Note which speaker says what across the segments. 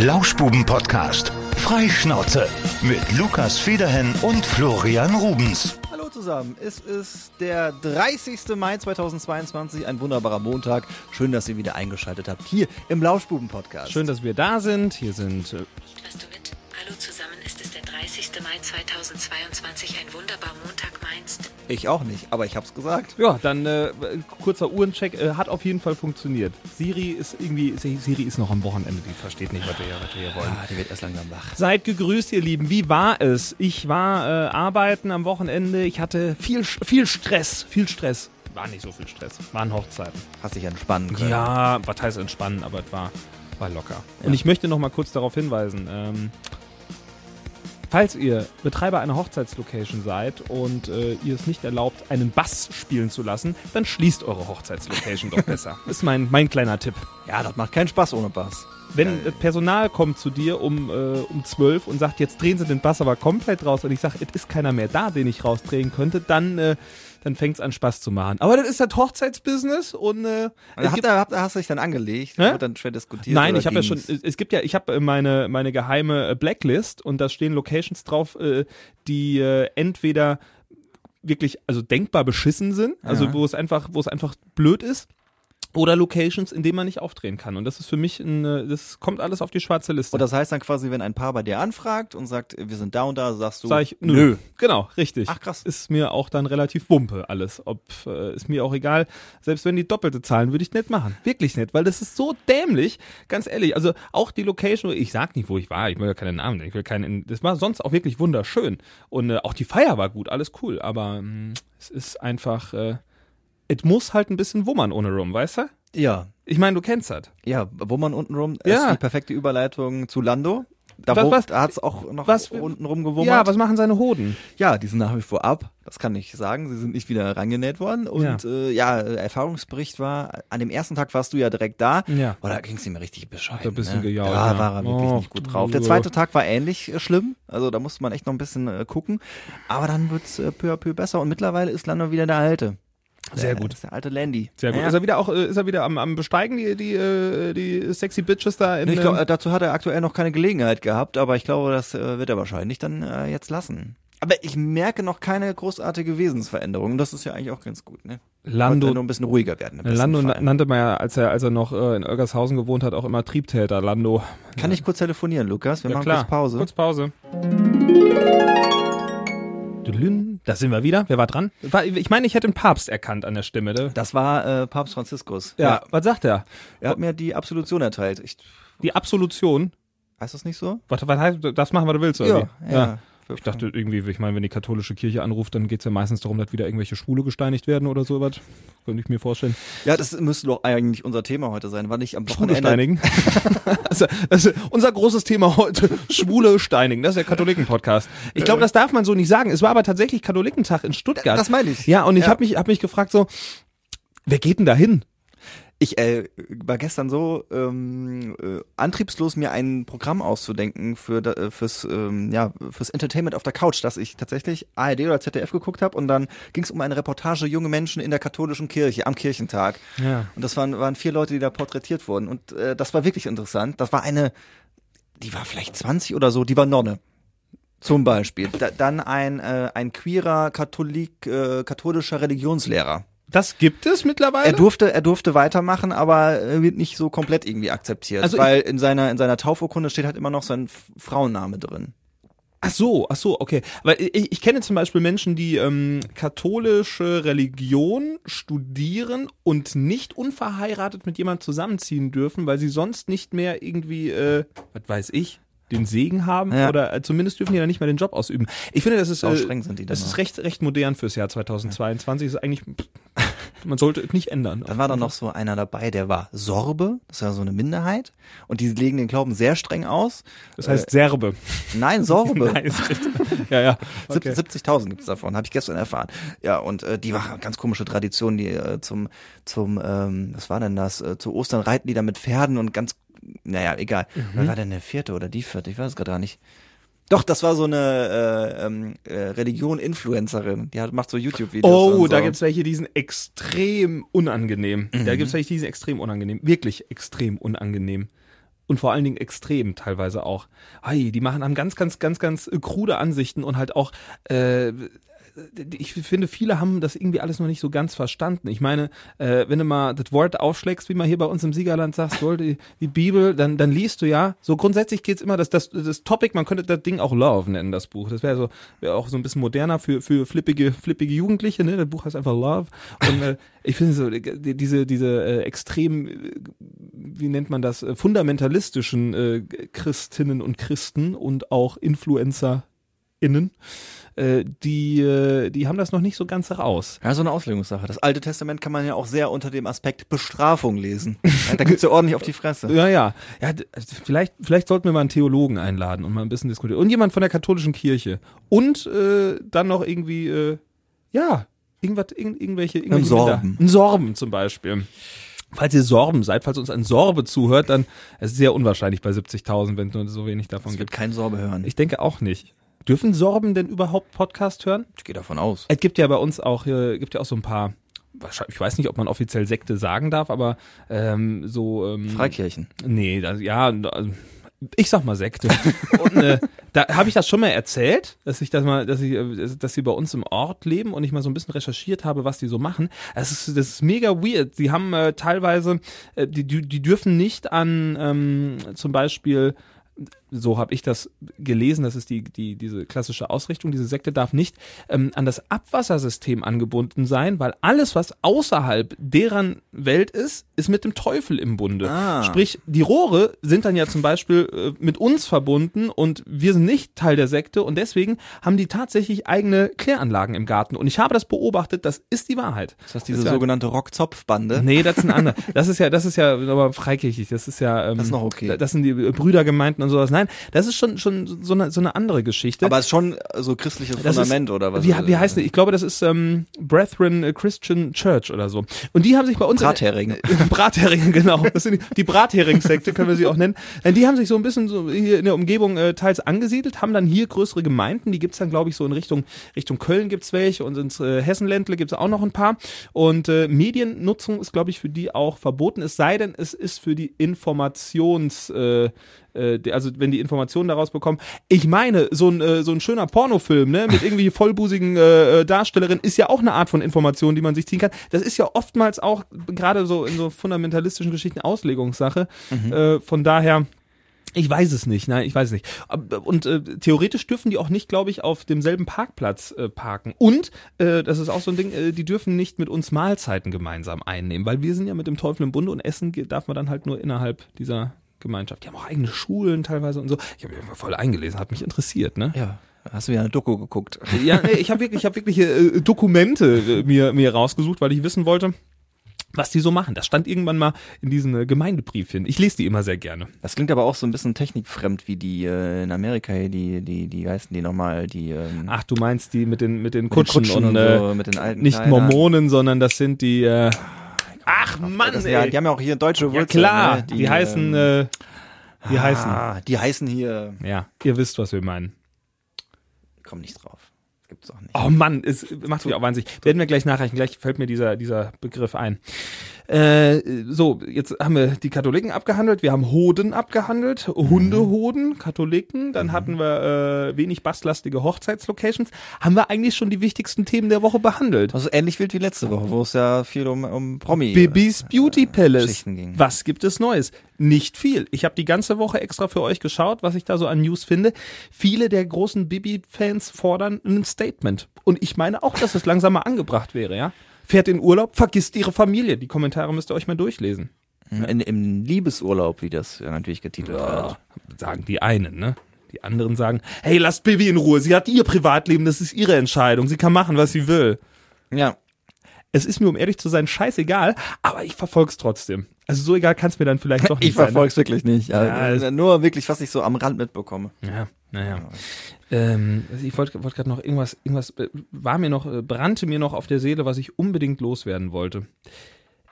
Speaker 1: Lauschbuben-Podcast. Freischnauze mit Lukas Federhen und Florian Rubens.
Speaker 2: Hallo zusammen, es ist der 30. Mai 2022, ein wunderbarer Montag. Schön, dass ihr wieder eingeschaltet habt hier im Lauschbuben-Podcast.
Speaker 3: Schön, dass wir da sind. Hier sind äh,
Speaker 4: Hörst du mit? Hallo zusammen, es ist der 30. Mai 2022, ein wunderbar Montag meinst.
Speaker 2: Ich auch nicht, aber ich hab's gesagt.
Speaker 3: ja dann äh, kurzer Uhrencheck äh, hat auf jeden Fall funktioniert. Siri ist irgendwie Siri ist noch am Wochenende, die versteht nicht, was wir, hier- was wir hier wollen.
Speaker 2: Ah, die wird erst langsam wach.
Speaker 3: Seid gegrüßt, ihr Lieben. Wie war es? Ich war äh, arbeiten am Wochenende. Ich hatte viel viel Stress, viel Stress. War nicht so viel Stress. Waren Hochzeiten.
Speaker 2: Hast dich entspannen können.
Speaker 3: Ja, was heißt entspannen, aber es war, war locker. Und ich möchte noch mal kurz darauf hinweisen, ähm, falls ihr Betreiber einer Hochzeitslocation seid und äh, ihr es nicht erlaubt, einen Bass spielen zu lassen, dann schließt eure Hochzeitslocation doch besser. Ist mein, mein kleiner Tipp.
Speaker 2: Ja, das macht keinen Spaß ohne Bass.
Speaker 3: Wenn äh, Personal kommt zu dir um, äh, um 12 und sagt, jetzt drehen sie den Bass aber komplett raus und ich sage, es ist keiner mehr da, den ich rausdrehen könnte, dann, äh, dann fängt es an Spaß zu machen. Aber das ist das Hochzeitsbusiness und äh,
Speaker 2: Und habt ihr, habt, ihr- hast du dich dann angelegt?
Speaker 3: Hä?
Speaker 2: Wird dann schwer diskutiert.
Speaker 3: Nein,
Speaker 2: oder
Speaker 3: ich habe ja schon,
Speaker 2: ging's?
Speaker 3: es gibt ja, ich habe meine, meine geheime äh, Blacklist und da stehen Locations drauf, äh, die äh, entweder wirklich, also denkbar beschissen sind, also
Speaker 2: Ja.
Speaker 3: wo es einfach, wo es einfach blöd ist. Oder Locations, in denen man nicht aufdrehen kann. Und das ist für mich, ein, äh, das kommt alles auf die schwarze Liste.
Speaker 2: Und das heißt dann quasi, wenn ein Paar bei dir anfragt und sagt, wir sind da und da, sagst du,
Speaker 3: Sag ich, nö. Genau, richtig.
Speaker 2: Ach, krass.
Speaker 3: Ist mir auch dann relativ Wumpe alles. Ob, äh, ist mir auch egal. Selbst wenn die doppelte zahlen, würde ich nicht machen. Wirklich nicht, weil das ist so dämlich. Ganz ehrlich, also auch die Location, ich sag nicht, wo ich war, ich will ja keine Namen nennen, ich will keinen, das war sonst auch wirklich wunderschön. Und äh, auch die Feier war gut, alles cool, aber mh, es ist einfach, äh, es muss halt ein bisschen wummern ohne Rum, weißt du?
Speaker 2: Ja.
Speaker 3: Ich meine, du kennst das.
Speaker 2: Ja, Wummern untenrum ist
Speaker 3: Ja.
Speaker 2: die perfekte Überleitung zu Lando. Da
Speaker 3: Was- was-
Speaker 2: hat es auch noch
Speaker 3: was-
Speaker 2: untenrum gewummert.
Speaker 3: Ja, was machen seine Hoden?
Speaker 2: Ja, die sind nach wie vor ab. Das kann ich sagen. Sie sind nicht wieder rangenäht worden. Und ja, äh, ja äh, Erfahrungsbericht war, an dem ersten Tag warst du ja direkt da.
Speaker 3: Ja.
Speaker 2: Oh, da ging es ihm richtig bescheiden.
Speaker 3: Da bist du
Speaker 2: ne?
Speaker 3: gejault,
Speaker 2: Da
Speaker 3: ja.
Speaker 2: war er wirklich
Speaker 3: Oh,
Speaker 2: nicht gut drauf. Der
Speaker 3: du-
Speaker 2: zweite Tag war ähnlich äh, schlimm. Also da musste man echt noch ein bisschen äh, gucken. Aber dann wird's äh, peu à peu besser. Und mittlerweile ist Lando wieder der Alte.
Speaker 3: Sehr
Speaker 2: der,
Speaker 3: gut.
Speaker 2: Ist der alte Landy.
Speaker 3: Sehr gut.
Speaker 2: Ja.
Speaker 3: Ist er wieder auch, äh, ist er wieder am, am Besteigen, die, die, äh, die sexy Bitches da in
Speaker 2: Ich glaube,
Speaker 3: ähm,
Speaker 2: äh, dazu hat er aktuell noch keine Gelegenheit gehabt, aber ich glaube, das äh, wird er wahrscheinlich dann äh, jetzt lassen. Aber ich merke noch keine großartige Wesensveränderung. Das ist ja eigentlich auch ganz gut, ne?
Speaker 3: Lando
Speaker 2: Wollte nur ein bisschen ruhiger werden. im besten
Speaker 3: Lando
Speaker 2: Fall.
Speaker 3: nannte man ja, als er, als er noch äh, in Olgershausen gewohnt hat, auch immer Triebtäter, Lando.
Speaker 2: Kann ich kurz telefonieren, Lukas? Wir
Speaker 3: Ja,
Speaker 2: machen
Speaker 3: klar.
Speaker 2: kurz Pause.
Speaker 3: Kurz Pause. Düdelün. Da sind wir wieder. Wer war dran? War, ich meine, ich hätte den Papst erkannt an der Stimme. Ne?
Speaker 2: Das war äh, Papst Franziskus.
Speaker 3: Ja, was sagt er?
Speaker 2: Er hat mir die Absolution erteilt. Ich,
Speaker 3: Die Absolution.
Speaker 2: heißt das nicht so?
Speaker 3: Was, was heißt, das machen, was du willst, oder wie?
Speaker 2: Ich
Speaker 3: Ich dachte irgendwie, ich meine, wenn die katholische Kirche anruft, dann geht es ja meistens darum, dass wieder irgendwelche Schwule gesteinigt werden oder sowas. Könnte ich mir vorstellen.
Speaker 2: ja, das müsste doch eigentlich unser Thema heute sein. War nicht am
Speaker 3: Schwule
Speaker 2: Wochenende.
Speaker 3: steinigen. also, also unser großes Thema heute, Schwule steinigen. Das ist der Katholiken-Podcast. Ich glaube, das darf man so nicht sagen. Es war aber tatsächlich Katholikentag in Stuttgart.
Speaker 2: Äh. Das meine ich.
Speaker 3: ja, und ich
Speaker 2: Ja.
Speaker 3: habe mich, hab mich gefragt so, wer geht denn da hin?
Speaker 2: Ich äh, war gestern so ähm, äh, antriebslos, mir ein Programm auszudenken für da- äh, fürs ähm, ja fürs Entertainment auf der Couch, dass ich tatsächlich ARD oder ZDF geguckt habe und dann ging es um eine Reportage junge Menschen in der katholischen Kirche am Kirchentag.
Speaker 3: Ja.
Speaker 2: Und das waren waren vier Leute, die da porträtiert wurden und äh, das war wirklich interessant. Das war eine, die war vielleicht 20 oder so, die war Nonne. Zum Beispiel. Da, dann ein, äh, ein queerer Katholik, äh, katholischer Religionslehrer.
Speaker 3: Das gibt es mittlerweile?
Speaker 2: Er durfte, er durfte weitermachen, aber äh, wird nicht so komplett irgendwie akzeptiert,
Speaker 3: Also ich-
Speaker 2: weil in seiner in seiner Taufurkunde steht halt immer noch sein F- Frauenname drin.
Speaker 3: Ach so, ach so, okay. Weil ich, ich kenne zum Beispiel Menschen, die ähm, katholische Religion studieren und nicht unverheiratet mit jemandem zusammenziehen dürfen, weil sie sonst nicht mehr irgendwie, äh, was weiß ich, den Segen haben
Speaker 2: Ja.
Speaker 3: oder äh, zumindest dürfen die dann nicht mehr den Job ausüben. Ich finde, das ist,
Speaker 2: Sau
Speaker 3: äh,
Speaker 2: streng sind die dann
Speaker 3: das
Speaker 2: auch.
Speaker 3: ist recht, recht modern fürs Jahr 2022. Ist eigentlich, pff, man sollte es nicht ändern.
Speaker 2: Dann war da noch so einer dabei, der war Sorbe, das war so eine Minderheit, und die legen den Glauben sehr streng aus.
Speaker 3: Das
Speaker 2: äh,
Speaker 3: heißt Serbe.
Speaker 2: Nein, Sorbe.
Speaker 3: Nein, ist richtig. ja, ja.
Speaker 2: Sieb-
Speaker 3: Okay.
Speaker 2: 70.000 gibt's davon, habe ich gestern erfahren. Ja, und äh, die war ganz komische Tradition, die äh, zum, zum ähm, was war denn das? Äh, zu Ostern reiten die da mit Pferden und ganz, naja, egal. Wer war denn der vierte oder die vierte? Ich weiß es gerade gar nicht. Doch, das war so eine äh, ähm, äh, Religion-Influencerin. Die hat, macht so YouTube-Videos.
Speaker 3: Oh,
Speaker 2: und so. Mhm.
Speaker 3: da gibt's welche, die sind extrem unangenehm. Da gibt's welche, die sind extrem unangenehm. Wirklich extrem unangenehm. und vor allen Dingen extrem teilweise auch. Hey, die machen haben ganz, ganz, ganz, ganz krude Ansichten und halt auch äh, ich finde, viele haben das irgendwie alles noch nicht so ganz verstanden. Ich meine, äh, wenn du mal das Wort aufschlägst, wie man hier bei uns im Siegerland sagt, so, die, die Bibel, dann, dann liest du ja, so grundsätzlich geht's immer, dass das, das Topic, man könnte das Ding auch Love nennen, das Buch. Das wäre so, wäre auch so ein bisschen moderner für, für flippige, flippige Jugendliche, ne? Das Buch heißt einfach Love. Und äh, ich finde so, die, diese, diese äh, extrem, äh, wie nennt man das, äh, fundamentalistischen äh, Christinnen und Christen und auch InfluencerInnen, Äh, die, die haben das noch nicht so ganz raus.
Speaker 2: Ja, so eine Auslegungssache. Das Alte Testament kann man ja auch sehr unter dem Aspekt Bestrafung lesen. Da gibt's ja ordentlich auf die Fresse.
Speaker 3: Ja, ja. ja d- also vielleicht, vielleicht sollten wir mal einen Theologen einladen und mal ein bisschen diskutieren. Und jemand von der katholischen Kirche. Und äh, dann noch irgendwie, äh, ja, irgendwas, irgend, irgendwelche, irgendwelche.
Speaker 2: Sorben.
Speaker 3: Minder- Ein Sorben zum Beispiel. Falls ihr Sorben seid, falls uns ein Sorbe zuhört, dann es ist sehr unwahrscheinlich bei 70.000, wenn es nur so wenig davon
Speaker 2: Es wird
Speaker 3: gibt.
Speaker 2: kein Sorbe hören.
Speaker 3: Ich denke auch nicht. Dürfen Sorben denn überhaupt Podcast hören?
Speaker 2: ich gehe davon aus.
Speaker 3: Es gibt ja bei uns auch, äh, gibt ja auch so ein paar, wahrscheinlich- ich weiß nicht, ob man offiziell Sekte sagen darf, aber ähm, so. Ähm,
Speaker 2: Freikirchen.
Speaker 3: Nee, das, ja, also, ich sag mal Sekte. Und, äh, da habe ich das schon mal erzählt, dass ich das mal, dass ich, äh, dass sie bei uns im Ort leben und ich mal so ein bisschen recherchiert habe, was die so machen. Das ist, das ist mega weird. Sie haben äh, teilweise, äh, die, die, die dürfen nicht an ähm, zum Beispiel so habe ich das gelesen, das ist die, die, diese klassische Ausrichtung, diese Sekte darf nicht ähm, an das Abwassersystem angebunden sein, weil alles, was außerhalb deren Welt ist, ist mit dem Teufel im Bunde.
Speaker 2: Ah.
Speaker 3: Sprich, die Rohre sind dann ja zum Beispiel äh, mit uns verbunden und wir sind nicht Teil der Sekte und deswegen haben die tatsächlich eigene Kläranlagen im Garten. Und ich habe das beobachtet, das ist die Wahrheit.
Speaker 2: Ist das diese
Speaker 3: ja-
Speaker 2: sogenannte Rockzopfbande?
Speaker 3: Nee, das ist ein anderer. Das ist ja, das ist ja aber freikirchig. Das ist ja. Ähm,
Speaker 2: Das ist noch okay.
Speaker 3: da- Das sind die Brüdergemeinden und sowas. Nein, das ist schon schon so eine so eine andere Geschichte.
Speaker 2: Aber es ist schon äh, so christliches
Speaker 3: das
Speaker 2: Fundament
Speaker 3: ist,
Speaker 2: oder was?
Speaker 3: Wie, wie heißt das? Ich glaube, das ist ähm, Brethren Christian Church oder so. Und die haben sich bei uns
Speaker 2: Bratheringe.
Speaker 3: Bratheringe, genau. Das sind die, die Bratheringssekte, können wir sie auch nennen. Äh, Die haben sich so ein bisschen so hier in der Umgebung äh, teils angesiedelt, haben dann hier größere Gemeinden, die gibt's dann, glaube ich, so in Richtung Richtung Köln gibt's welche und ins äh, Hessenländle gibt's auch noch ein paar. Und äh, Mediennutzung ist, glaube ich, für die auch verboten, es sei denn, es ist für die Informations... Äh, äh, die- also wenn die Informationen daraus bekommen. Ich meine, so ein, äh, so ein schöner Pornofilm, ne, mit irgendwie vollbusigen äh, äh, Darstellerin ist ja auch eine Art von Information, die man sich ziehen kann. Das ist ja oftmals auch gerade so in so fundamentalistischen Geschichten Auslegungssache. Äh, von daher. Ich weiß es nicht, nein, ich weiß es nicht. Ab- Und äh, theoretisch dürfen die auch nicht, glaube ich, auf demselben Parkplatz äh, parken. Und, äh, das ist auch so ein Ding, äh, die dürfen nicht mit uns Mahlzeiten gemeinsam einnehmen, weil wir sind ja mit dem Teufel im Bunde und essen ge- darf man dann halt nur innerhalb dieser Gemeinschaft. Die haben auch eigene Schulen teilweise und so. Ich habe mich immer voll eingelesen, hat mich interessiert, ne?
Speaker 2: Ja. Hast du wieder eine Doku geguckt?
Speaker 3: Ja, nee, ich habe wirklich, ich habe wirklich äh, Dokumente äh, mir mir rausgesucht, weil ich wissen wollte, was die so machen. Das stand irgendwann mal in diesen äh, Gemeindebriefchen. Ich lese die immer sehr gerne.
Speaker 2: Das klingt aber auch so ein bisschen technikfremd, wie die äh, in Amerika hier, die, die, die wie heißen die nochmal, die ähm,
Speaker 3: Ach, du meinst die mit den mit den Kutschen,
Speaker 2: Kutschen
Speaker 3: und,
Speaker 2: und
Speaker 3: äh,
Speaker 2: so, mit den alten
Speaker 3: nicht
Speaker 2: Kleidern.
Speaker 3: Mormonen, sondern das sind die. Äh, ach Mann,
Speaker 2: das,
Speaker 3: ey.
Speaker 2: ja, die haben ja auch hier deutsche Wurzeln.
Speaker 3: ja klar,
Speaker 2: ne?
Speaker 3: die, heißen,
Speaker 2: ähm,
Speaker 3: äh, die heißen.
Speaker 2: Ah, die heißen hier.
Speaker 3: Ja, ihr wisst, was wir meinen.
Speaker 2: Komm nicht drauf. Gibt's auch nicht.
Speaker 3: Oh Mann, es macht mich auch wahnsinnig. Werden wir gleich nachreichen, gleich fällt mir dieser, dieser Begriff ein. Äh, so, jetzt haben wir die Katholiken abgehandelt, wir haben Hoden abgehandelt, Hundehoden, Katholiken,
Speaker 2: Mhm.
Speaker 3: dann hatten wir äh, wenig basslastige Hochzeitslocations. Haben wir eigentlich schon die wichtigsten Themen der Woche behandelt?
Speaker 2: Also ähnlich wild wie letzte Woche, wo es ja viel um, um Promi.
Speaker 3: Bibis Beauty Palace.
Speaker 2: Geschichten ging.
Speaker 3: Was gibt es Neues? Nicht viel. Ich habe die ganze Woche extra für euch geschaut, was ich da so an News finde. Viele der großen Bibi-Fans fordern ein Statement. Und ich meine auch, dass es langsam mal angebracht wäre, ja? Fährt in Urlaub, vergisst ihre Familie. Die Kommentare müsst ihr euch mal durchlesen.
Speaker 2: äh, In, Im Liebesurlaub, wie das ja natürlich getitelt wird.
Speaker 3: Oh, Sagen die einen, ne? Die anderen sagen, hey, lasst Bibi in Ruhe. Sie hat ihr Privatleben, das ist ihre Entscheidung. Sie kann machen, was sie will.
Speaker 2: Ja.
Speaker 3: Es ist mir, um ehrlich zu sein, scheißegal, aber ich verfolg's trotzdem. Also so egal kann's mir dann vielleicht doch nicht
Speaker 2: Ich
Speaker 3: sein. ne?
Speaker 2: verfolge es wirklich nicht.
Speaker 3: Ja,
Speaker 2: Also, nur wirklich, was ich so am Rand mitbekomme.
Speaker 3: Ja, naja. Ähm, also ich wollte wollt gerade noch irgendwas, irgendwas äh, war mir noch, äh, brannte mir noch auf der Seele, was ich unbedingt loswerden wollte.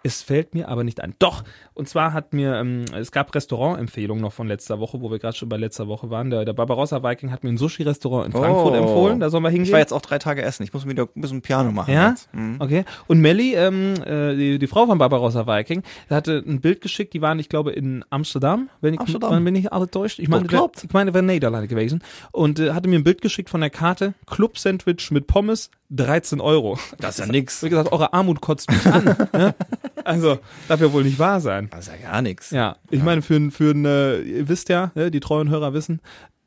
Speaker 3: Es fällt mir aber nicht ein. Doch, und zwar hat mir, ähm, es gab Restaurantempfehlungen noch von letzter Woche, wo wir gerade schon bei letzter Woche waren. Der, der Barbarossa Viking hat mir ein Sushi-Restaurant in Frankfurt
Speaker 2: Oh.
Speaker 3: empfohlen, da sollen wir hingehen.
Speaker 2: Ich war jetzt auch drei Tage essen. Ich muss mir wieder ein bisschen Piano machen.
Speaker 3: Ja,
Speaker 2: Jetzt. Mhm.
Speaker 3: okay. Und Melly, ähm, äh, die, die Frau von Barbarossa Viking, hatte ein Bild geschickt, die waren, ich glaube, in Amsterdam, wenn ich,
Speaker 2: Amsterdam.
Speaker 3: Wann bin ich alle täuscht. Ich meine,
Speaker 2: Doch,
Speaker 3: wär-
Speaker 2: klappt.
Speaker 3: ich meine, wäre Niederlande gewesen. Und äh, hatte mir ein Bild geschickt von der Karte, Club-Sandwich mit Pommes, 13 Euro.
Speaker 2: Das ist ja nix.
Speaker 3: Wie gesagt, eure Armut kotzt mich an. ne? Also, darf ja wohl nicht wahr sein.
Speaker 2: Das ist ja gar nichts.
Speaker 3: Ja, ich meine, für ein, für ein, äh, ihr wisst ja, ne, die treuen Hörer wissen,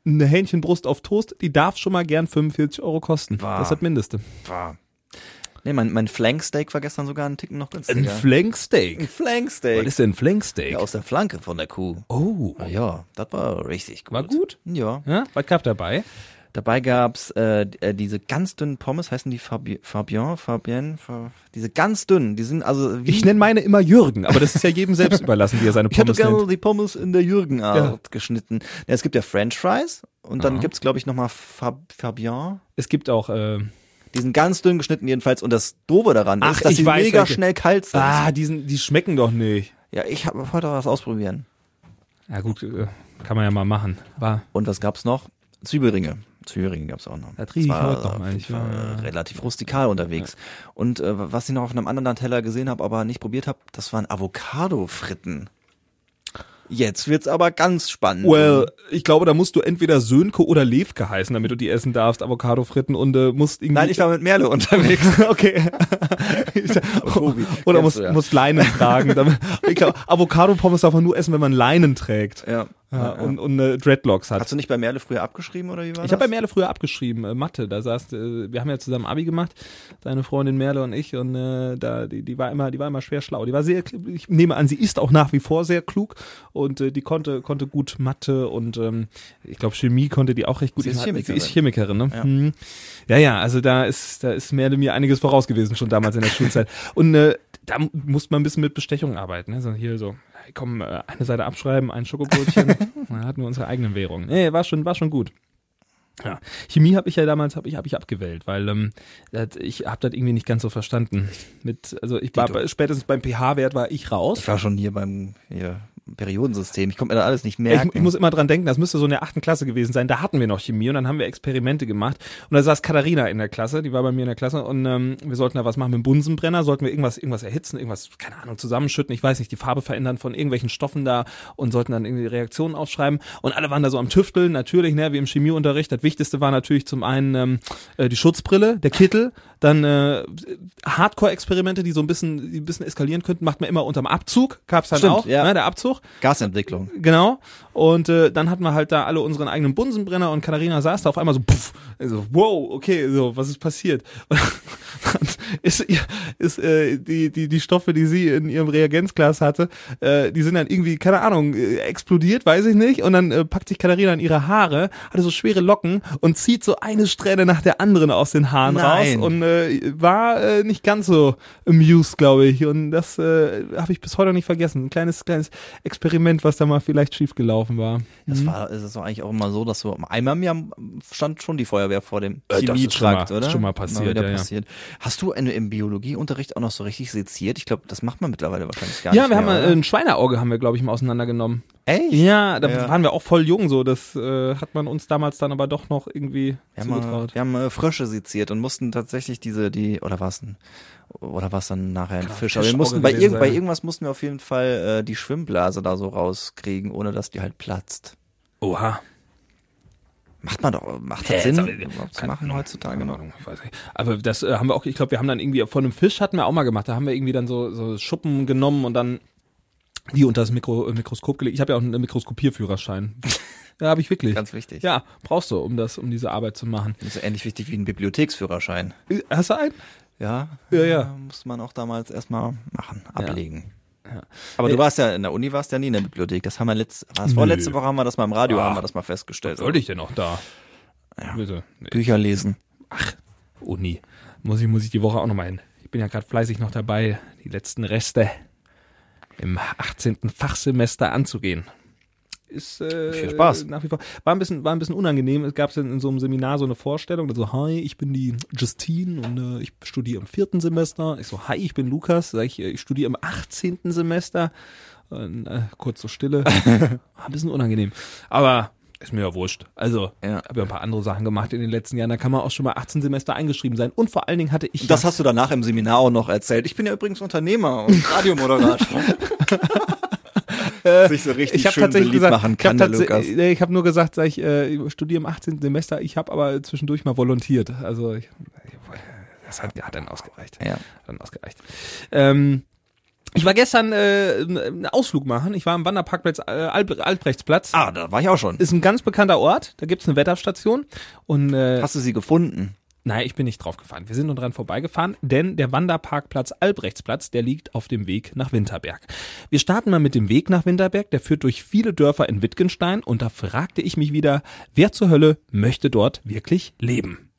Speaker 3: eine Hähnchenbrust auf Toast, die darf schon mal gern 45 Euro kosten.
Speaker 2: Wahr.
Speaker 3: Das ist das Mindeste.
Speaker 2: Wahr. Nee, mein, mein Flanksteak war gestern sogar einen Ticken noch
Speaker 3: Ein
Speaker 2: günstiger.
Speaker 3: Flanksteak.
Speaker 2: Flanksteak.
Speaker 3: Was ist denn Flanksteak?
Speaker 2: Ja, aus der Flanke von der Kuh.
Speaker 3: Oh,
Speaker 2: Na ja, das war richtig gut.
Speaker 3: war gut.
Speaker 2: Ja.
Speaker 3: Ja, was gab dabei?
Speaker 2: Dabei gab's äh, d- äh, diese ganz dünnen Pommes, heißen die Fabi Fabian, Fabienne, Fa diese ganz dünnen, die sind also wie
Speaker 3: Ich nenne meine immer Jürgen, aber das ist ja jedem selbst überlassen, wie er seine
Speaker 2: Ich hätte
Speaker 3: Pommes
Speaker 2: gerne
Speaker 3: nennt.
Speaker 2: die Pommes in der Jürgenart
Speaker 3: Ja.
Speaker 2: geschnitten. Ja, es gibt ja French Fries und dann gibt's gibt es, glaube ich, nochmal Fab Fabian.
Speaker 3: Es gibt auch, äh,
Speaker 2: Die sind ganz dünn geschnitten jedenfalls. Und das Doofe daran
Speaker 3: Ach,
Speaker 2: ist, dass
Speaker 3: ich
Speaker 2: sie
Speaker 3: weiß,
Speaker 2: mega
Speaker 3: welche.
Speaker 2: schnell kalt sind.
Speaker 3: ah, die, sind, die schmecken doch nicht.
Speaker 2: Ja, ich habe heute was ausprobieren.
Speaker 3: Ja gut, äh, kann man ja mal machen. War,
Speaker 2: Und was gab's noch? Zwiebelringe. Zwiebelringe gab's auch noch.
Speaker 3: Da trinke ich
Speaker 2: Das war,
Speaker 3: heute noch mal.
Speaker 2: äh,
Speaker 3: Ich
Speaker 2: war,
Speaker 3: war-
Speaker 2: äh, relativ rustikal unterwegs. Und äh, was ich noch auf einem anderen Teller gesehen habe, aber nicht probiert habe, das waren Avocado-Fritten. Jetzt wird's aber ganz spannend.
Speaker 3: well, ich glaube, da musst du entweder Sönke oder Levke heißen, damit du die essen darfst, Avocado fritten und äh, musst irgendwie...
Speaker 2: Nein, ich war mit Merle unterwegs.
Speaker 3: okay. Ich-
Speaker 2: Tobi,
Speaker 3: oder
Speaker 2: kennst
Speaker 3: musst,
Speaker 2: du ja.
Speaker 3: musst Leinen tragen. damit- Ich glaube, Avocado-Pommes darf man nur essen, wenn man Leinen trägt.
Speaker 2: Ja.
Speaker 3: Ja, und, und äh, Dreadlocks hat.
Speaker 2: Hast du nicht bei Merle früher abgeschrieben oder wie war das?
Speaker 3: Ich habe bei Merle früher abgeschrieben, äh, Mathe. Da saß, äh, wir haben ja zusammen Abi gemacht, deine Freundin Merle und ich, und äh, da die, die war immer, die war immer schwer schlau. Die war sehr, ich nehme an, sie ist auch nach wie vor sehr klug und äh, die konnte konnte gut Mathe und ähm, ich glaube Chemie konnte die auch recht gut.
Speaker 2: Sie ist
Speaker 3: Ich-
Speaker 2: Chemikerin.
Speaker 3: Sie ist Chemikerin, ne? Ja. Hm. ja, ja. Also da ist da ist Merle mir einiges voraus gewesen schon damals in der Schulzeit. Und äh, da muss man ein bisschen mit Bestechung arbeiten. Ne? So hier so, hey, komm, äh, eine Seite abschreiben, ein Schokobrötchen. da hatten wir unsere eigenen Währungen. Nee, war schon, war schon gut. Ja. Chemie habe ich ja damals habe ich habe ich abgewählt, weil ähm, das, ich habe das irgendwie nicht ganz so verstanden. Mit also ich war
Speaker 2: Dito.
Speaker 3: bei, spätestens beim pH-Wert war ich raus.
Speaker 2: Ich war schon hier beim hier, Periodensystem. Ich konnte mir da alles nicht
Speaker 3: Ich,
Speaker 2: merken.
Speaker 3: ich muss immer dran denken, das müsste so in der achten Klasse gewesen sein. Da hatten wir noch Chemie und dann haben wir Experimente gemacht. Und da saß Katharina in der Klasse, die war bei mir in der Klasse und ähm, wir sollten da was machen mit dem Bunsenbrenner, sollten wir irgendwas, irgendwas erhitzen, irgendwas, keine Ahnung, zusammenschütten, ich weiß nicht, die Farbe verändern von irgendwelchen Stoffen da und sollten dann irgendwie Reaktionen aufschreiben. Und alle waren da so am Tüfteln, natürlich, ne, wie im Chemieunterricht. Das Wichtigste war natürlich zum einen ähm, äh, die Schutzbrille, der Kittel, dann äh, Hardcore-Experimente, die so ein bisschen, die ein bisschen eskalieren könnten, macht man immer unterm Abzug, gab's dann
Speaker 2: Stimmt,
Speaker 3: auch,
Speaker 2: ja.
Speaker 3: ne, der Abzug.
Speaker 2: Gasentwicklung.
Speaker 3: Genau. Und äh, dann hatten wir halt da alle unseren eigenen Bunsenbrenner und Katharina saß da auf einmal so, puff, so wow, okay, so, was ist passiert? Und dann ist, ihr- ist äh, die, die, die Stoffe, die sie in ihrem Reagenzglas hatte, äh, die sind dann irgendwie, keine Ahnung, äh, explodiert, weiß ich nicht. Und dann äh, packt sich Katharina an ihre Haare, hatte so schwere Locken und zieht so eine Strähne nach der anderen aus den Haaren
Speaker 2: Nein.
Speaker 3: raus und äh, war äh, nicht ganz so amused, glaube ich. Und das äh, habe ich bis heute nicht vergessen. Ein kleines, kleines Experiment, was da mal vielleicht schiefgelaufen war.
Speaker 2: Das war, es ist doch eigentlich auch immer so, dass so einmal im Jahr stand schon die Feuerwehr vor dem
Speaker 3: Äh, das ist schon mal-
Speaker 2: Chemietrakt,
Speaker 3: ist
Speaker 2: oder?
Speaker 3: schon mal passiert,
Speaker 2: wieder
Speaker 3: ja, ja.
Speaker 2: passiert. Hast du in, im Biologieunterricht auch noch so richtig seziert? Ich glaube, das macht man mittlerweile wahrscheinlich gar
Speaker 3: Ja,
Speaker 2: nicht
Speaker 3: wir haben
Speaker 2: mehr,
Speaker 3: mal, äh,
Speaker 2: oder?
Speaker 3: ein Schweineauge haben wir, glaube ich, mal auseinandergenommen.
Speaker 2: Echt?
Speaker 3: Ja, da
Speaker 2: Ja.
Speaker 3: waren wir auch voll jung so. Das äh, hat man uns damals dann aber doch noch irgendwie
Speaker 2: Wir haben, mal,
Speaker 3: zugetraut.
Speaker 2: wir haben äh, Frösche seziert und mussten tatsächlich diese, die, oder was denn? Oder was dann nachher ein Fisch? Aber wir
Speaker 3: Fischauge
Speaker 2: mussten bei,
Speaker 3: gewesen
Speaker 2: irgend, bei
Speaker 3: sein.
Speaker 2: irgendwas mussten wir auf jeden Fall äh, die Schwimmblase da so rauskriegen, ohne dass die halt platzt.
Speaker 3: Oha.
Speaker 2: Macht man doch, macht
Speaker 3: Hä,
Speaker 2: das Sinn,
Speaker 3: jetzt aber-
Speaker 2: überhaupt zu
Speaker 3: keine
Speaker 2: machen heutzutage
Speaker 3: Keine
Speaker 2: noch?
Speaker 3: Ahnung, ich weiß nicht. Aber das äh, haben wir auch, ich glaube, wir haben dann irgendwie von einem Fisch hatten wir auch mal gemacht. Da haben wir irgendwie dann so, so Schuppen genommen und dann die unter das Mikro, äh, Mikroskop gelegt. Ich habe ja auch einen Mikroskopierführerschein. ja, habe ich wirklich.
Speaker 2: Ganz wichtig.
Speaker 3: Ja, brauchst du, um das, um diese Arbeit zu machen.
Speaker 2: Das ist ähnlich wichtig wie ein Bibliotheksführerschein.
Speaker 3: Äh, Hast du einen?
Speaker 2: Ja,
Speaker 3: Ja, ja.
Speaker 2: äh, Muss man auch damals erstmal machen, ablegen.
Speaker 3: Ja.
Speaker 2: Aber
Speaker 3: Äh,
Speaker 2: du warst ja in der Uni, warst ja nie in der Bibliothek. Das haben wir letzt, war das
Speaker 3: Nö.
Speaker 2: vorletzte Woche haben wir das mal im Radio,
Speaker 3: Ah.
Speaker 2: haben wir das mal festgestellt.
Speaker 3: Sollte ich denn noch da? Bitte. Nee.
Speaker 2: Bücher lesen.
Speaker 3: Uni. Oh, Muss ich, muss ich die Woche auch nochmal hin. Ich bin ja gerade fleißig noch dabei, die letzten Reste im 18. Fachsemester anzugehen. ist äh,
Speaker 2: Viel Spaß.
Speaker 3: nach wie vor. War ein bisschen, war ein bisschen unangenehm. Es gab in, in so einem Seminar so eine Vorstellung, da so, hi, ich bin die Justine und äh, ich studiere im vierten Semester. Ich so, hi, ich bin Lukas, sag ich, äh, ich studiere im 18. Semester. Und, äh, kurz so Stille. War ein bisschen unangenehm. Aber ist mir ja wurscht. Also,
Speaker 2: Ja.
Speaker 3: habe ja ein paar andere Sachen gemacht in den letzten Jahren. Da kann man auch schon mal 18 Semester eingeschrieben sein. Und vor allen Dingen hatte ich
Speaker 2: Das
Speaker 3: ja,
Speaker 2: hast du danach im Seminar auch noch erzählt. Ich bin ja übrigens Unternehmer und Radiomoderator. Äh, Sich so richtig
Speaker 3: ich habe
Speaker 2: schön
Speaker 3: tatsächlich
Speaker 2: beliebt
Speaker 3: gesagt,
Speaker 2: machen
Speaker 3: ich habe
Speaker 2: kann, der Lukas.
Speaker 3: hab nur gesagt, sag ich äh, studiere im 18. Semester, ich habe aber zwischendurch mal volontiert. Also ich, das hat, hat dann ausgereicht.
Speaker 2: Ja.
Speaker 3: Hat dann ausgereicht. Ähm, ich war gestern äh, einen Ausflug machen. Ich war am Wanderparkplatz äh, Alb- Albrechtsplatz.
Speaker 2: Ah, da war ich auch schon.
Speaker 3: Ist ein ganz bekannter Ort. Da gibt's eine Wetterstation. Und äh,
Speaker 2: Hast du sie gefunden?
Speaker 3: Nein, ich bin nicht draufgefahren. Wir sind nur dran vorbeigefahren, denn der Wanderparkplatz Albrechtsplatz, der liegt auf dem Weg nach Winterberg. Wir starten mal mit dem Weg nach Winterberg, der führt durch viele Dörfer in Wittgenstein und da fragte ich mich wieder, wer zur Hölle möchte dort wirklich leben?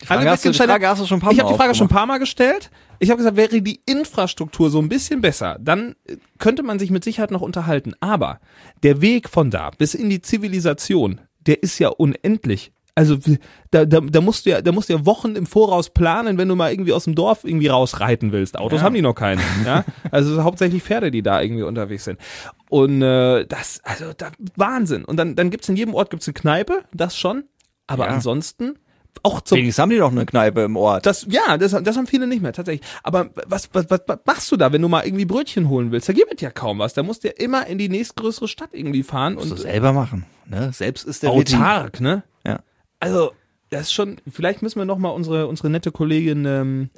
Speaker 3: Die
Speaker 2: Frage hast du- die Frage hast du schon ein paar
Speaker 3: ich
Speaker 2: Mal
Speaker 3: habe die Frage
Speaker 2: aufgemacht.
Speaker 3: schon ein paar Mal gestellt. Ich habe gesagt, wäre die Infrastruktur so ein bisschen besser, dann äh, könnte man sich mit Sicherheit noch unterhalten. Aber der Weg von da bis in die Zivilisation, der ist ja unendlich. Also w- da, da, da musst du ja, da musst du ja Wochen im Voraus planen, wenn du mal irgendwie aus dem Dorf irgendwie rausreiten willst. Autos haben die noch keine. Ja? Also es sind hauptsächlich Pferde, die da irgendwie unterwegs sind. Und äh, das, also da, Wahnsinn. Und dann, dann gibt's in jedem Ort gibt's eine Kneipe, das schon. Aber ansonsten auch zum
Speaker 2: Wenigstens haben die doch eine Kneipe im Ort.
Speaker 3: das, ja, das, das haben viele nicht mehr, tatsächlich. Aber was, was, was, was machst du da, wenn du mal irgendwie Brötchen holen willst? Da gibt es ja kaum was. Da musst du ja immer in die nächstgrößere Stadt irgendwie fahren
Speaker 2: musst du
Speaker 3: und
Speaker 2: selber machen. Ne? Selbst ist der Wedding.
Speaker 3: autark, ne?
Speaker 2: Ja.
Speaker 3: Also, das ist schon, vielleicht müssen wir nochmal unsere, unsere nette Kollegin ähm,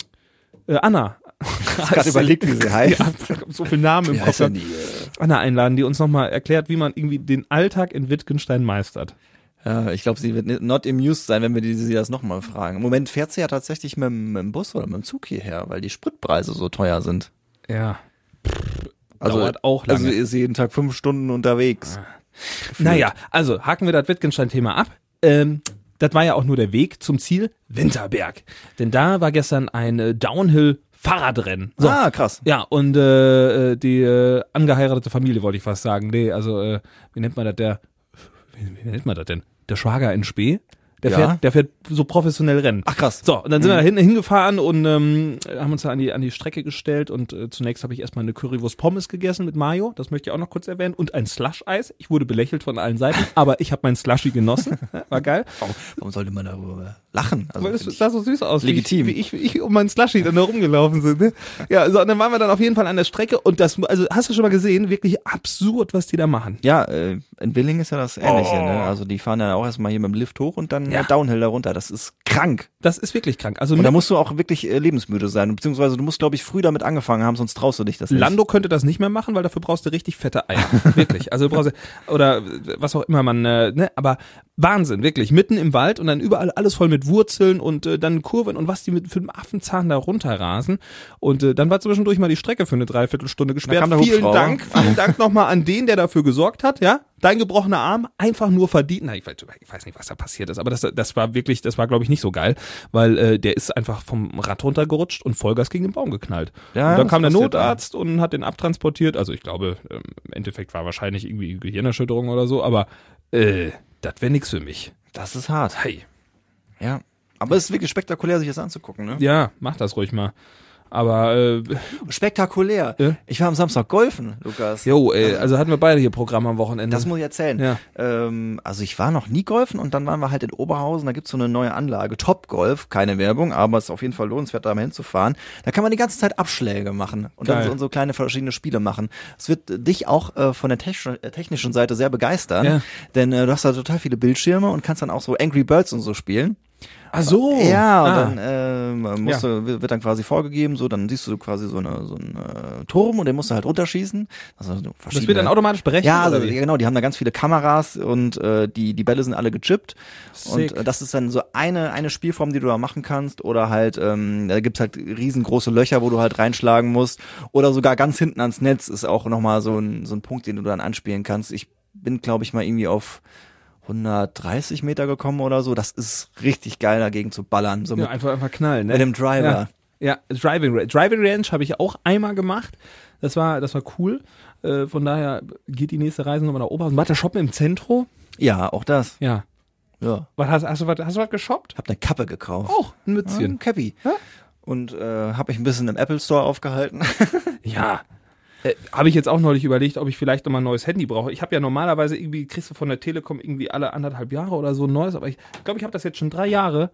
Speaker 3: äh, Anna. Ich
Speaker 2: grad überlegt, wie sie heißt.
Speaker 3: Ja, so viele Namen im
Speaker 2: Wie
Speaker 3: Kopf.
Speaker 2: heißt denn
Speaker 3: gehabt.
Speaker 2: die? äh?
Speaker 3: Anna einladen, die uns nochmal erklärt, wie man irgendwie den Alltag in Wittgenstein meistert.
Speaker 2: Ja, ich glaube, sie wird ni- not amused sein, wenn wir die, sie das nochmal fragen. Im Moment fährt sie ja tatsächlich mit, dem- mit dem Bus oder mit dem Zug hierher, weil die Spritpreise so teuer sind.
Speaker 3: Ja.
Speaker 2: Also,
Speaker 3: Dauert auch lange. Ah.
Speaker 2: Also sie ist jeden Tag fünf Stunden unterwegs.
Speaker 3: Naja, also haken wir das Wittgenstein-Thema ab. Ähm, das war ja auch nur der Weg zum Ziel Winterberg. Denn da war gestern ein äh, Downhill-Fahrradrennen. So.
Speaker 2: Ah, krass.
Speaker 3: Ja, und äh, äh, die äh, angeheiratete Familie wollte ich fast sagen. Nee, also äh, wie nennt man das? Der, wie, wie nennt man das denn? Der Schwager in Spee? Der,
Speaker 2: Ja.
Speaker 3: fährt, der fährt so professionell Rennen.
Speaker 2: Ach, krass.
Speaker 3: So, und dann
Speaker 2: Mhm.
Speaker 3: sind wir da hinten hingefahren und ähm, haben uns da an die, an die Strecke gestellt und äh, zunächst habe ich erstmal eine Currywurst Pommes gegessen mit Mayo, das möchte ich auch noch kurz erwähnen, und ein Slush-Eis. Ich wurde belächelt von allen Seiten, aber ich habe meinen Slushy genossen. ne? War geil.
Speaker 2: Warum, warum sollte man darüber lachen? Also,
Speaker 3: Weil das
Speaker 2: find ich-
Speaker 3: sah so süß aus.
Speaker 2: Legitim.
Speaker 3: Wie ich, wie ich, wie ich um meinen Slushy dann da rumgelaufen sind. Ne? Ja, so, und dann waren wir dann auf jeden Fall an der Strecke und das, also hast du schon mal gesehen, wirklich absurd, was die da machen.
Speaker 2: ja, äh, in Willing ist ja das Ähnliche. Ne? Also die fahren dann auch erstmal hier mit dem Lift hoch und dann
Speaker 3: Oh. Ja.
Speaker 2: äh, Downhill da runter. Das ist krank.
Speaker 3: Das ist wirklich krank. Also
Speaker 2: Und da
Speaker 3: mit-
Speaker 2: musst du auch wirklich äh, lebensmüde sein. Beziehungsweise du musst, glaube ich, früh damit angefangen haben, sonst traust du dich das nicht.
Speaker 3: Lando könnte das nicht mehr machen, weil dafür brauchst du richtig fette Eier. wirklich. Also du brauchst oder was auch immer man, äh, ne, aber Wahnsinn, wirklich. Mitten im Wald und dann überall alles voll mit Wurzeln und äh, dann Kurven und was die mit für einem Affenzahn da runterrasen. Und äh, dann war zwischendurch mal die Strecke für eine Dreiviertelstunde gesperrt.
Speaker 2: kam der
Speaker 3: Vielen
Speaker 2: Hubschrauber.
Speaker 3: Dank, vielen Dank nochmal an den, der dafür gesorgt hat, ja. Dein gebrochener Arm einfach nur verdient. Na, ich weiß, ich weiß nicht, was da passiert ist, aber das, das war wirklich, das war, glaube ich, nicht so geil, weil äh, der ist einfach vom Rad runtergerutscht und Vollgas gegen den Baum geknallt.
Speaker 2: Ja,
Speaker 3: und dann
Speaker 2: das
Speaker 3: kam der
Speaker 2: passiert
Speaker 3: Notarzt und hat den abtransportiert. Also ich glaube, ähm, im Endeffekt war wahrscheinlich irgendwie Gehirnerschütterung oder so, aber äh, das wäre nix für mich.
Speaker 2: Das ist hart.
Speaker 3: Hey.
Speaker 2: Ja. Aber es ist wirklich spektakulär, sich das anzugucken. Ne?
Speaker 3: Ja, mach das ruhig mal. Aber äh,
Speaker 2: Spektakulär.
Speaker 3: Ja.
Speaker 2: Ich war am Samstag golfen, Lukas.
Speaker 3: jo, ey, also hatten wir beide hier Programm am Wochenende.
Speaker 2: Das muss ich erzählen.
Speaker 3: Ja.
Speaker 2: Ähm, also ich war noch nie golfen und dann waren wir halt in Oberhausen, da gibt's so eine neue Anlage, Top Golf, keine Werbung, aber es ist auf jeden Fall lohnenswert, da mal hinzufahren. Da kann man die ganze Zeit Abschläge machen und
Speaker 3: Geil.
Speaker 2: dann so, so kleine verschiedene Spiele machen. Es wird äh, dich auch äh, von der technisch- äh, technischen Seite sehr begeistern,
Speaker 3: Ja.
Speaker 2: denn äh, du hast da total viele Bildschirme und kannst dann auch so Angry Birds und so spielen.
Speaker 3: Ach so.
Speaker 2: Ja, und
Speaker 3: Ah.
Speaker 2: dann ähm, musst du, wird dann quasi vorgegeben, so dann siehst du quasi so, eine, so einen äh, Turm und den musst du halt runterschießen. Also so
Speaker 3: das wird dann
Speaker 2: verschiedene-
Speaker 3: automatisch berechnet.
Speaker 2: ja, also,
Speaker 3: oder wie?
Speaker 2: ja, genau, die haben da ganz viele Kameras und äh, die, die Bälle sind alle gechippt.
Speaker 3: Sick.
Speaker 2: Und äh, das ist dann so eine, eine Spielform, die du da machen kannst. Oder halt, ähm, da gibt's halt riesengroße Löcher, wo du halt reinschlagen musst. Oder sogar ganz hinten ans Netz ist auch nochmal so ein, so ein Punkt, den du dann anspielen kannst. Ich bin, glaube ich, mal irgendwie auf 130 Meter gekommen oder so. Das ist richtig geil, dagegen zu ballern. So
Speaker 3: ja,
Speaker 2: mit,
Speaker 3: einfach, einfach knallen. Ne?
Speaker 2: mit dem Driver.
Speaker 3: Ja, ja Driving, Ra- Driving Ranch habe ich auch einmal gemacht. Das war, das war cool. Äh, von daher geht die nächste Reise nochmal nach Oberhausen. War der Shoppen im Zentrum?
Speaker 2: Ja, auch das.
Speaker 3: Ja.
Speaker 2: Ja.
Speaker 3: Was, hast, hast du was, hast du was geshoppt?
Speaker 2: Hab eine Kappe gekauft.
Speaker 3: Auch
Speaker 2: Ja, ein
Speaker 3: ein Mützchen.
Speaker 2: Cappy.
Speaker 3: Oh, Ja.
Speaker 2: Und äh, habe mich ein bisschen im Apple Store aufgehalten.
Speaker 3: Ja. Äh, Habe ich jetzt auch neulich überlegt, ob ich vielleicht nochmal ein neues Handy brauche. Ich habe ja normalerweise irgendwie, kriegst du von der Telekom irgendwie alle anderthalb Jahre oder so ein neues, aber ich glaube, ich habe das jetzt schon drei Jahre.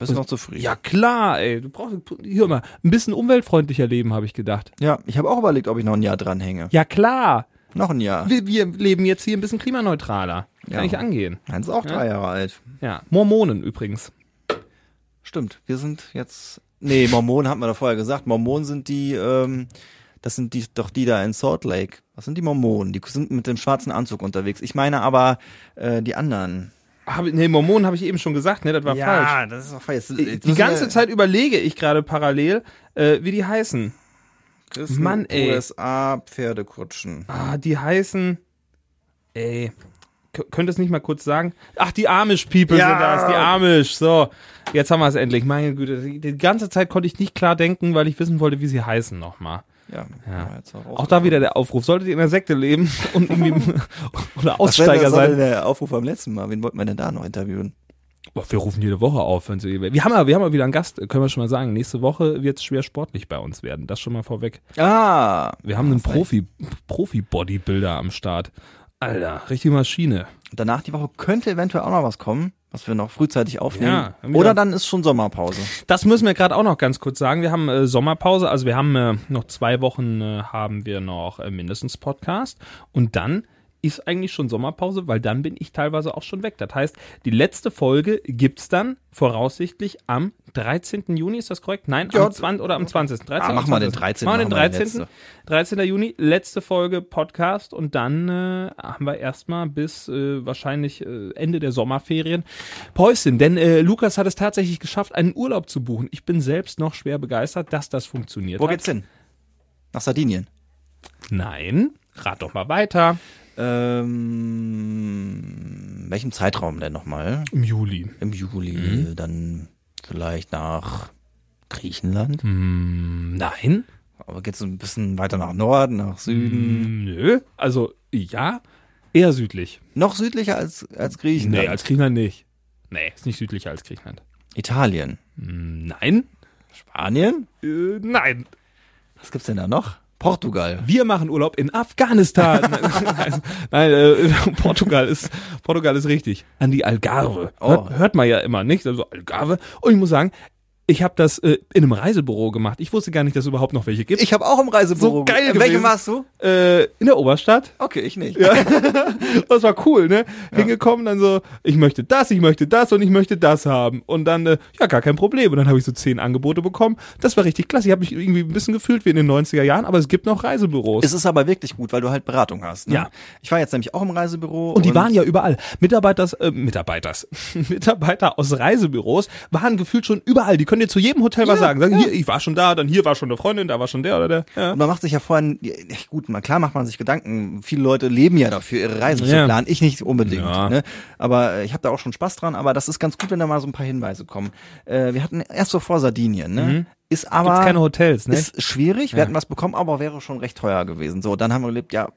Speaker 2: Bist du noch zufrieden?
Speaker 3: Ja klar, ey, du brauchst, hör mal, ein bisschen umweltfreundlicher leben, habe ich gedacht.
Speaker 2: Ja, ich habe auch überlegt, ob ich noch ein Jahr dranhänge.
Speaker 3: Ja klar,
Speaker 2: Noch ein Jahr.
Speaker 3: wir, wir leben jetzt hier ein bisschen klimaneutraler. Kann
Speaker 2: Ja.
Speaker 3: ich angehen.
Speaker 2: Hans ist auch drei Jahre alt.
Speaker 3: Ja, Mormonen übrigens.
Speaker 2: Stimmt. Wir sind jetzt. Nee, Mormonen hatten wir da vorher gesagt. Mormonen sind die, ähm, das sind die doch die da in Salt Lake. Was sind die Mormonen? Die sind mit dem schwarzen Anzug unterwegs. Ich meine aber äh, die anderen.
Speaker 3: Hab, nee, Mormonen habe ich eben schon gesagt, ne, das war falsch.
Speaker 2: das ist doch falsch.
Speaker 3: Die ganze Zeit überlege ich gerade parallel, äh, wie die heißen. Mann, ey.
Speaker 2: USA Pferdekutschen.
Speaker 3: Ah, die heißen. Ey. K- Könnt ihr es nicht mal kurz sagen? Ach, die Amish-People
Speaker 2: Ja.
Speaker 3: sind das, die Amish. So, jetzt haben wir es endlich. Meine Güte, die die ganze Zeit konnte ich nicht klar denken, weil ich wissen wollte, wie sie heißen nochmal.
Speaker 2: Ja. ja, jetzt auch,
Speaker 3: Auch da wieder der Aufruf. Solltet ihr in der Sekte leben und irgendwie oder
Speaker 2: Was war denn-
Speaker 3: Aussteiger
Speaker 2: was war denn
Speaker 3: sein.
Speaker 2: der Aufruf am letzten Mal? Wen wollten wir denn da noch interviewen?
Speaker 3: Boah, wir rufen jede Woche auf. Wenn sie, wir, haben ja, wir haben ja wieder einen Gast, können wir schon mal sagen. Nächste Woche wird es schwer sportlich bei uns werden. Das schon mal vorweg.
Speaker 2: Ah,
Speaker 3: Wir haben einen Profi- Profi-Bodybuilder am Start. Alter, richtige Maschine.
Speaker 2: danach die Woche könnte eventuell auch noch was kommen, was wir noch frühzeitig aufnehmen.
Speaker 3: Ja, haben wir-
Speaker 2: Oder dann ist schon Sommerpause.
Speaker 3: Das müssen wir gerade auch noch ganz kurz sagen. Wir haben äh, Sommerpause, also wir haben äh, noch zwei Wochen äh, haben wir noch äh, mindestens Podcast und dann ist eigentlich schon Sommerpause, weil dann bin ich teilweise auch schon weg. Das heißt, die letzte Folge gibt's dann voraussichtlich am 13. Juni, ist das korrekt? Nein,
Speaker 2: Ja.
Speaker 3: am 20. oder am 20. 13.
Speaker 2: Ah,
Speaker 3: oder
Speaker 2: mach mal
Speaker 3: 20..
Speaker 2: den 13.,
Speaker 3: Machen wir den
Speaker 2: machen wir die
Speaker 3: 13. 13. Juni, letzte Folge Podcast und dann äh, haben wir erstmal bis äh, wahrscheinlich äh, Ende der Sommerferien Päuschen, denn äh, Lukas hat es tatsächlich geschafft, einen Urlaub zu buchen. Ich bin selbst noch schwer begeistert, dass das funktioniert
Speaker 2: Wo
Speaker 3: hat.
Speaker 2: geht's hin? Nach Sardinien.
Speaker 3: Nein, rat doch mal weiter.
Speaker 2: Ähm, welchem Zeitraum denn nochmal?
Speaker 3: Im Juli.
Speaker 2: Im Juli, dann vielleicht nach Griechenland.
Speaker 3: Hm, nein?
Speaker 2: Aber geht's so ein bisschen weiter nach Norden, nach Süden?
Speaker 3: Hm, nö. Also, ja, eher südlich.
Speaker 2: Noch südlicher als, als Griechenland.
Speaker 3: Nee, als Griechenland nicht. Nee, ist nicht südlicher als Griechenland.
Speaker 2: Italien.
Speaker 3: Hm, Nein?
Speaker 2: Spanien?
Speaker 3: Äh, nein.
Speaker 2: Was gibt's denn da noch? Portugal.
Speaker 3: Wir machen Urlaub in Afghanistan. nein, nein äh, Portugal ist Portugal ist richtig. An die Algarve.
Speaker 2: Oh.
Speaker 3: Hört, hört man ja immer nicht. Also Algarve. Und ich muss sagen, ich habe das äh, in einem Reisebüro gemacht. Ich wusste gar nicht, dass es überhaupt noch welche gibt.
Speaker 2: Ich habe auch im Reisebüro.
Speaker 3: So geil
Speaker 2: In welchem
Speaker 3: gewesen.
Speaker 2: warst du?
Speaker 3: äh, in der Oberstadt.
Speaker 2: Okay, ich nicht.
Speaker 3: Das war cool, ne? Hingekommen, dann so, ich möchte das, ich möchte das und ich möchte das haben. Und dann, äh, ja, gar kein Problem. Und dann habe ich so zehn Angebote bekommen. Das war richtig klasse. Ich habe mich irgendwie ein bisschen gefühlt wie in den 90er Jahren, aber es gibt noch Reisebüros.
Speaker 2: Es ist aber wirklich gut, weil du halt Beratung hast. Ne?
Speaker 3: Ja.
Speaker 2: Ich war jetzt nämlich auch im Reisebüro.
Speaker 3: Und die waren ja überall. Mitarbeiters, äh, Mitarbeiters, Mitarbeiter aus Reisebüros waren gefühlt schon überall. Die können dir zu jedem Hotel was sagen. Sagen, hier, ich war schon da, dann hier war schon eine Freundin, da war schon der oder der. Ja.
Speaker 2: Und man macht sich ja vorhin, ja, gut, mal klar macht man sich Gedanken. Viele Leute leben ja dafür, ihre Reisen zu
Speaker 3: Ja.
Speaker 2: planen. Ich nicht unbedingt.
Speaker 3: Ja.
Speaker 2: Ne? Aber äh, ich habe da auch schon Spaß dran. Aber das ist ganz gut, wenn da mal so ein paar Hinweise kommen. Äh, wir hatten erst so vor Sardinien. Ne? Ist aber
Speaker 3: Mhm. Gibt's keine Hotels, ne?
Speaker 2: Ist schwierig, wir hatten was bekommen, aber wäre schon recht teuer gewesen. So, dann haben wir gelebt, ja,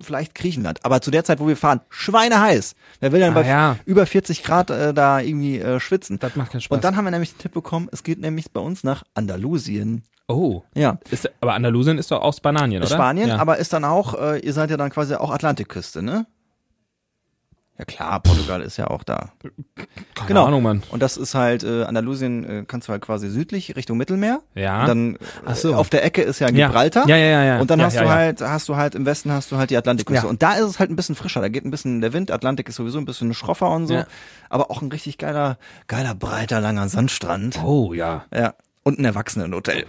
Speaker 2: vielleicht Griechenland. Aber zu der Zeit, wo wir fahren, schweineheiß. Wer will dann
Speaker 3: Ah,
Speaker 2: bei
Speaker 3: ja.
Speaker 2: über 40 Grad äh, da irgendwie äh, schwitzen?
Speaker 3: Das macht keinen Spaß.
Speaker 2: Und dann haben wir nämlich den Tipp bekommen, es geht nämlich bei uns nach Andalusien.
Speaker 3: Oh.
Speaker 2: Ja.
Speaker 3: Ist, aber Andalusien ist doch auch Spanien, oder?
Speaker 2: Spanien,
Speaker 3: ja.
Speaker 2: aber ist dann auch, äh, ihr seid ja dann quasi auch Atlantikküste, ne? Ja klar, Portugal ist ja auch da.
Speaker 3: Keine
Speaker 2: genau.
Speaker 3: Ahnung, Mann.
Speaker 2: Und das ist halt, äh, Andalusien äh, kannst du halt quasi südlich Richtung Mittelmeer.
Speaker 3: Ja.
Speaker 2: Und dann
Speaker 3: Ach so.
Speaker 2: äh, auf der Ecke ist ja
Speaker 3: Ja.
Speaker 2: Gibraltar.
Speaker 3: Ja, ja, ja, ja.
Speaker 2: Und dann
Speaker 3: Ja,
Speaker 2: hast
Speaker 3: ja,
Speaker 2: du
Speaker 3: ja.
Speaker 2: halt, hast du halt im Westen hast du halt die Atlantikküste.
Speaker 3: Ja.
Speaker 2: Und da ist es halt ein bisschen frischer. Da geht ein bisschen der Wind. Atlantik ist sowieso ein bisschen schroffer und so.
Speaker 3: Ja.
Speaker 2: Aber auch ein richtig geiler, geiler breiter langer Sandstrand.
Speaker 3: Oh, ja.
Speaker 2: Ja. Und ein Erwachsenenhotel.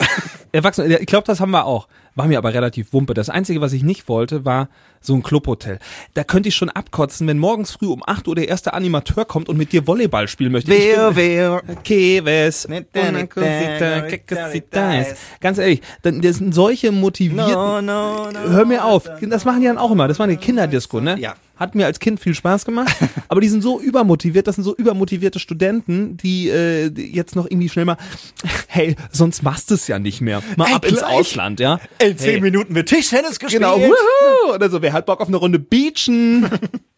Speaker 3: Erwachsene, ja, ich glaube, das haben wir auch. War mir aber relativ wumpe. Das Einzige, was ich nicht wollte, war so ein Clubhotel. Da könnte ich schon abkotzen, wenn morgens früh um 8 Uhr der erste Animateur kommt und mit dir Volleyball spielen möchte. Ich bin-
Speaker 2: wer.
Speaker 3: Keves,
Speaker 2: Ne,
Speaker 3: una cosita, que cosita es. Ganz ehrlich, dann, das sind solche motivierten.
Speaker 2: No, no, no.
Speaker 3: Hör mir auf, das machen die dann auch immer. Das war eine Kinderdisco, ne?
Speaker 2: Ja.
Speaker 3: Hat mir als Kind viel Spaß gemacht, aber die sind so übermotiviert, das sind so übermotivierte Studenten, die, äh, die jetzt noch irgendwie schnell mal, hey, sonst machst du es ja nicht mehr. mal
Speaker 2: Ey,
Speaker 3: ab ins
Speaker 2: gleich.
Speaker 3: Ausland, ja.
Speaker 2: In zehn Minuten wird Tischtennis gespielt.
Speaker 3: Genau, wuhu! Oder so, wer hat Bock auf eine Runde Beachen?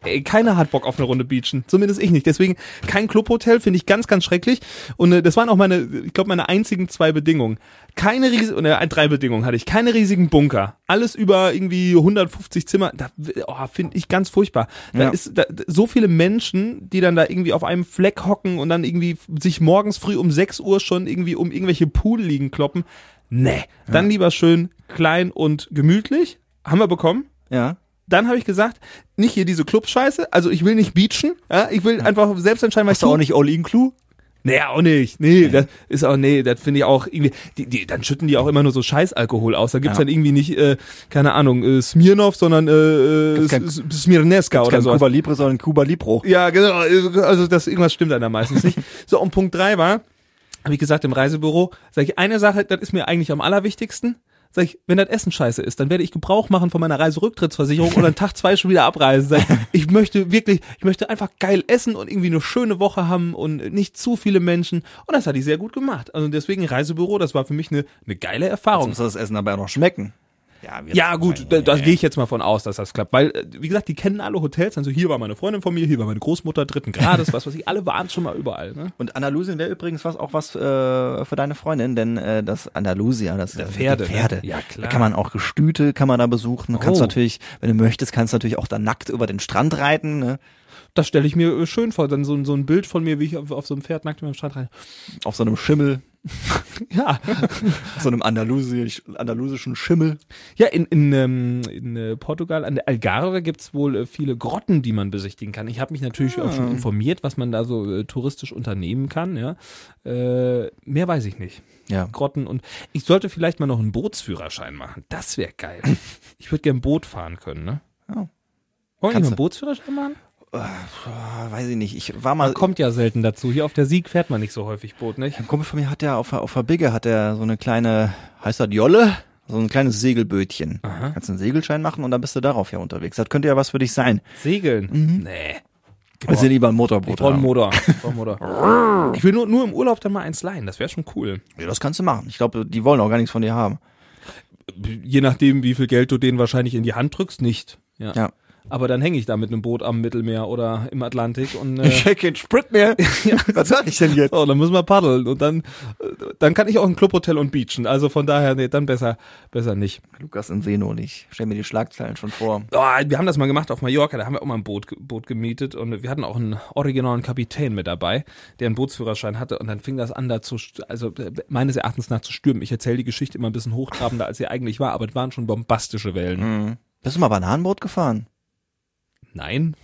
Speaker 3: Ey, keiner hat Bock auf eine Runde Beachen. Zumindest ich nicht. Deswegen kein Clubhotel finde ich ganz, ganz schrecklich. Und äh, das waren auch meine, ich glaube, meine einzigen zwei Bedingungen. Keine riesigen, äh, drei Bedingungen hatte ich. Keine riesigen Bunker. Alles über irgendwie 150 Zimmer. Da oh, finde ich ganz furchtbar. Da
Speaker 2: Ja.
Speaker 3: ist da, so viele Menschen, die dann da irgendwie auf einem Fleck hocken und dann irgendwie sich morgens früh um 6 Uhr schon irgendwie um irgendwelche Poolliegen kloppen. Nee, dann lieber schön klein und gemütlich. Haben wir bekommen.
Speaker 2: Ja.
Speaker 3: Dann habe ich gesagt, nicht hier diese Clubscheiße. Also ich will nicht beachen. Ja, ich will einfach selbst entscheiden, was
Speaker 2: Hm. Hast du auch nicht All-In-Clue?
Speaker 3: Naja, auch nicht. Nee, das ist auch, nee, das finde ich auch irgendwie, die, die, dann schütten die auch immer nur so Scheißalkohol aus. Da gibt's
Speaker 2: Ja.
Speaker 3: dann irgendwie nicht, äh, keine Ahnung, äh, Smirnoff, sondern äh,
Speaker 2: kein-
Speaker 3: S- S- Smirneska oder so.
Speaker 2: Libre, sondern Cuba Libro.
Speaker 3: Ja, genau. Also das irgendwas stimmt dann da meistens nicht. So, und Punkt drei war, habe ich gesagt im Reisebüro, sage ich, eine Sache, das ist mir eigentlich am allerwichtigsten. Sag ich, wenn das Essen scheiße ist, dann werde ich Gebrauch machen von meiner Reiserücktrittsversicherung und an Tag zwei schon wieder abreisen. Sag ich, ich möchte wirklich, ich möchte einfach geil essen und irgendwie eine schöne Woche haben und nicht zu viele Menschen. Und das hat ich sehr gut gemacht. Also deswegen Reisebüro, das war für mich eine, eine geile Erfahrung.
Speaker 2: Muss das Essen dabei auch noch schmecken. Ja, wir-
Speaker 3: Ja, gut, da, da gehe ich jetzt mal von aus, dass das klappt. Weil, äh, wie gesagt, die kennen alle Hotels. Also hier war meine Freundin von mir, hier war meine Großmutter dritten Grades, was weiß ich, alle waren schon mal überall. Ne?
Speaker 2: Und Andalusien wäre übrigens was auch was äh, für deine Freundin, denn äh, das Andalusia, das sind
Speaker 3: Pferde,
Speaker 2: die
Speaker 3: ne?
Speaker 2: Pferde.
Speaker 3: Ja, klar.
Speaker 2: Da kann man auch Gestüte kann man da besuchen. Du kannst
Speaker 3: Oh.
Speaker 2: natürlich, wenn du möchtest, kannst du natürlich auch da nackt über den Strand reiten. Ne?
Speaker 3: Das stelle ich mir äh, schön vor. Dann so, ein- so ein Bild von mir, wie ich auf, auf so einem Pferd nackt in meinem Strand rein.
Speaker 2: Auf so einem Schimmel,
Speaker 3: Ja,
Speaker 2: auf so einem andalusisch, andalusischen Schimmel.
Speaker 3: ja in, in, ähm, in äh, Portugal, an der Algarve gibt's wohl äh, viele Grotten, die man besichtigen kann. Ich habe mich natürlich auch schon informiert, was man da so äh, touristisch unternehmen kann. Ja? Äh, mehr weiß ich nicht.
Speaker 2: Ja.
Speaker 3: Grotten und ich sollte vielleicht mal noch einen Bootsführerschein machen. Das wäre geil. Ich würde gern Boot fahren können, ne?
Speaker 2: Ja.
Speaker 3: Wollen wir
Speaker 2: Kannst
Speaker 3: mal
Speaker 2: du.
Speaker 3: einen Bootsführerschein machen?
Speaker 2: Ah, weiß ich nicht. Ich war mal.
Speaker 3: Kommt ja selten dazu. Hier auf der Sieg fährt man nicht so häufig Boot, nicht?
Speaker 2: Ein Kumpel von mir hat ja auf, der- auf der Bigge hat er so eine kleine, heißt das Jolle? So ein kleines Segelbötchen. Kannst einen Segelschein machen und dann bist du darauf ja unterwegs. Das könnte ja was für dich sein.
Speaker 3: Segeln? Mhm.
Speaker 2: Mhm.
Speaker 3: Nee.
Speaker 2: Willst du lieber ein Motorboot
Speaker 3: Ich brauche einen
Speaker 2: haben?
Speaker 3: Motor. Ich, brauch einen Motor. ich will nur, nur im Urlaub dann mal eins leihen. Das wäre schon cool.
Speaker 2: Ja, das kannst du machen. Ich glaube, die wollen auch gar nichts von dir haben.
Speaker 3: Je nachdem, wie viel Geld du denen wahrscheinlich in die Hand drückst, nicht. Ja.
Speaker 2: Ja.
Speaker 3: Aber dann hänge ich da mit einem Boot am Mittelmeer oder im Atlantik und äh,
Speaker 2: krieg keinen Sprit mehr. Was soll ich denn jetzt?
Speaker 3: Oh, dann müssen wir paddeln und dann, äh, dann kann ich auch ein Clubhotel und beachen. Also von daher, nee, dann besser, besser nicht.
Speaker 2: Lukas in Seno und ich. Stell mir die Schlagzeilen schon vor.
Speaker 3: Oh, wir haben das mal gemacht auf Mallorca, da haben wir auch mal ein Boot, ge- Boot gemietet und wir hatten auch einen originalen Kapitän mit dabei, der einen Bootsführerschein hatte und dann fing das an, da zu, st- also äh, meines Erachtens nach zu stürmen. Ich erzähle die Geschichte immer ein bisschen hochtrabender, als sie eigentlich war, aber es waren schon bombastische Wellen.
Speaker 2: Hm. Bist du mal Bananenboot gefahren?
Speaker 3: Nein.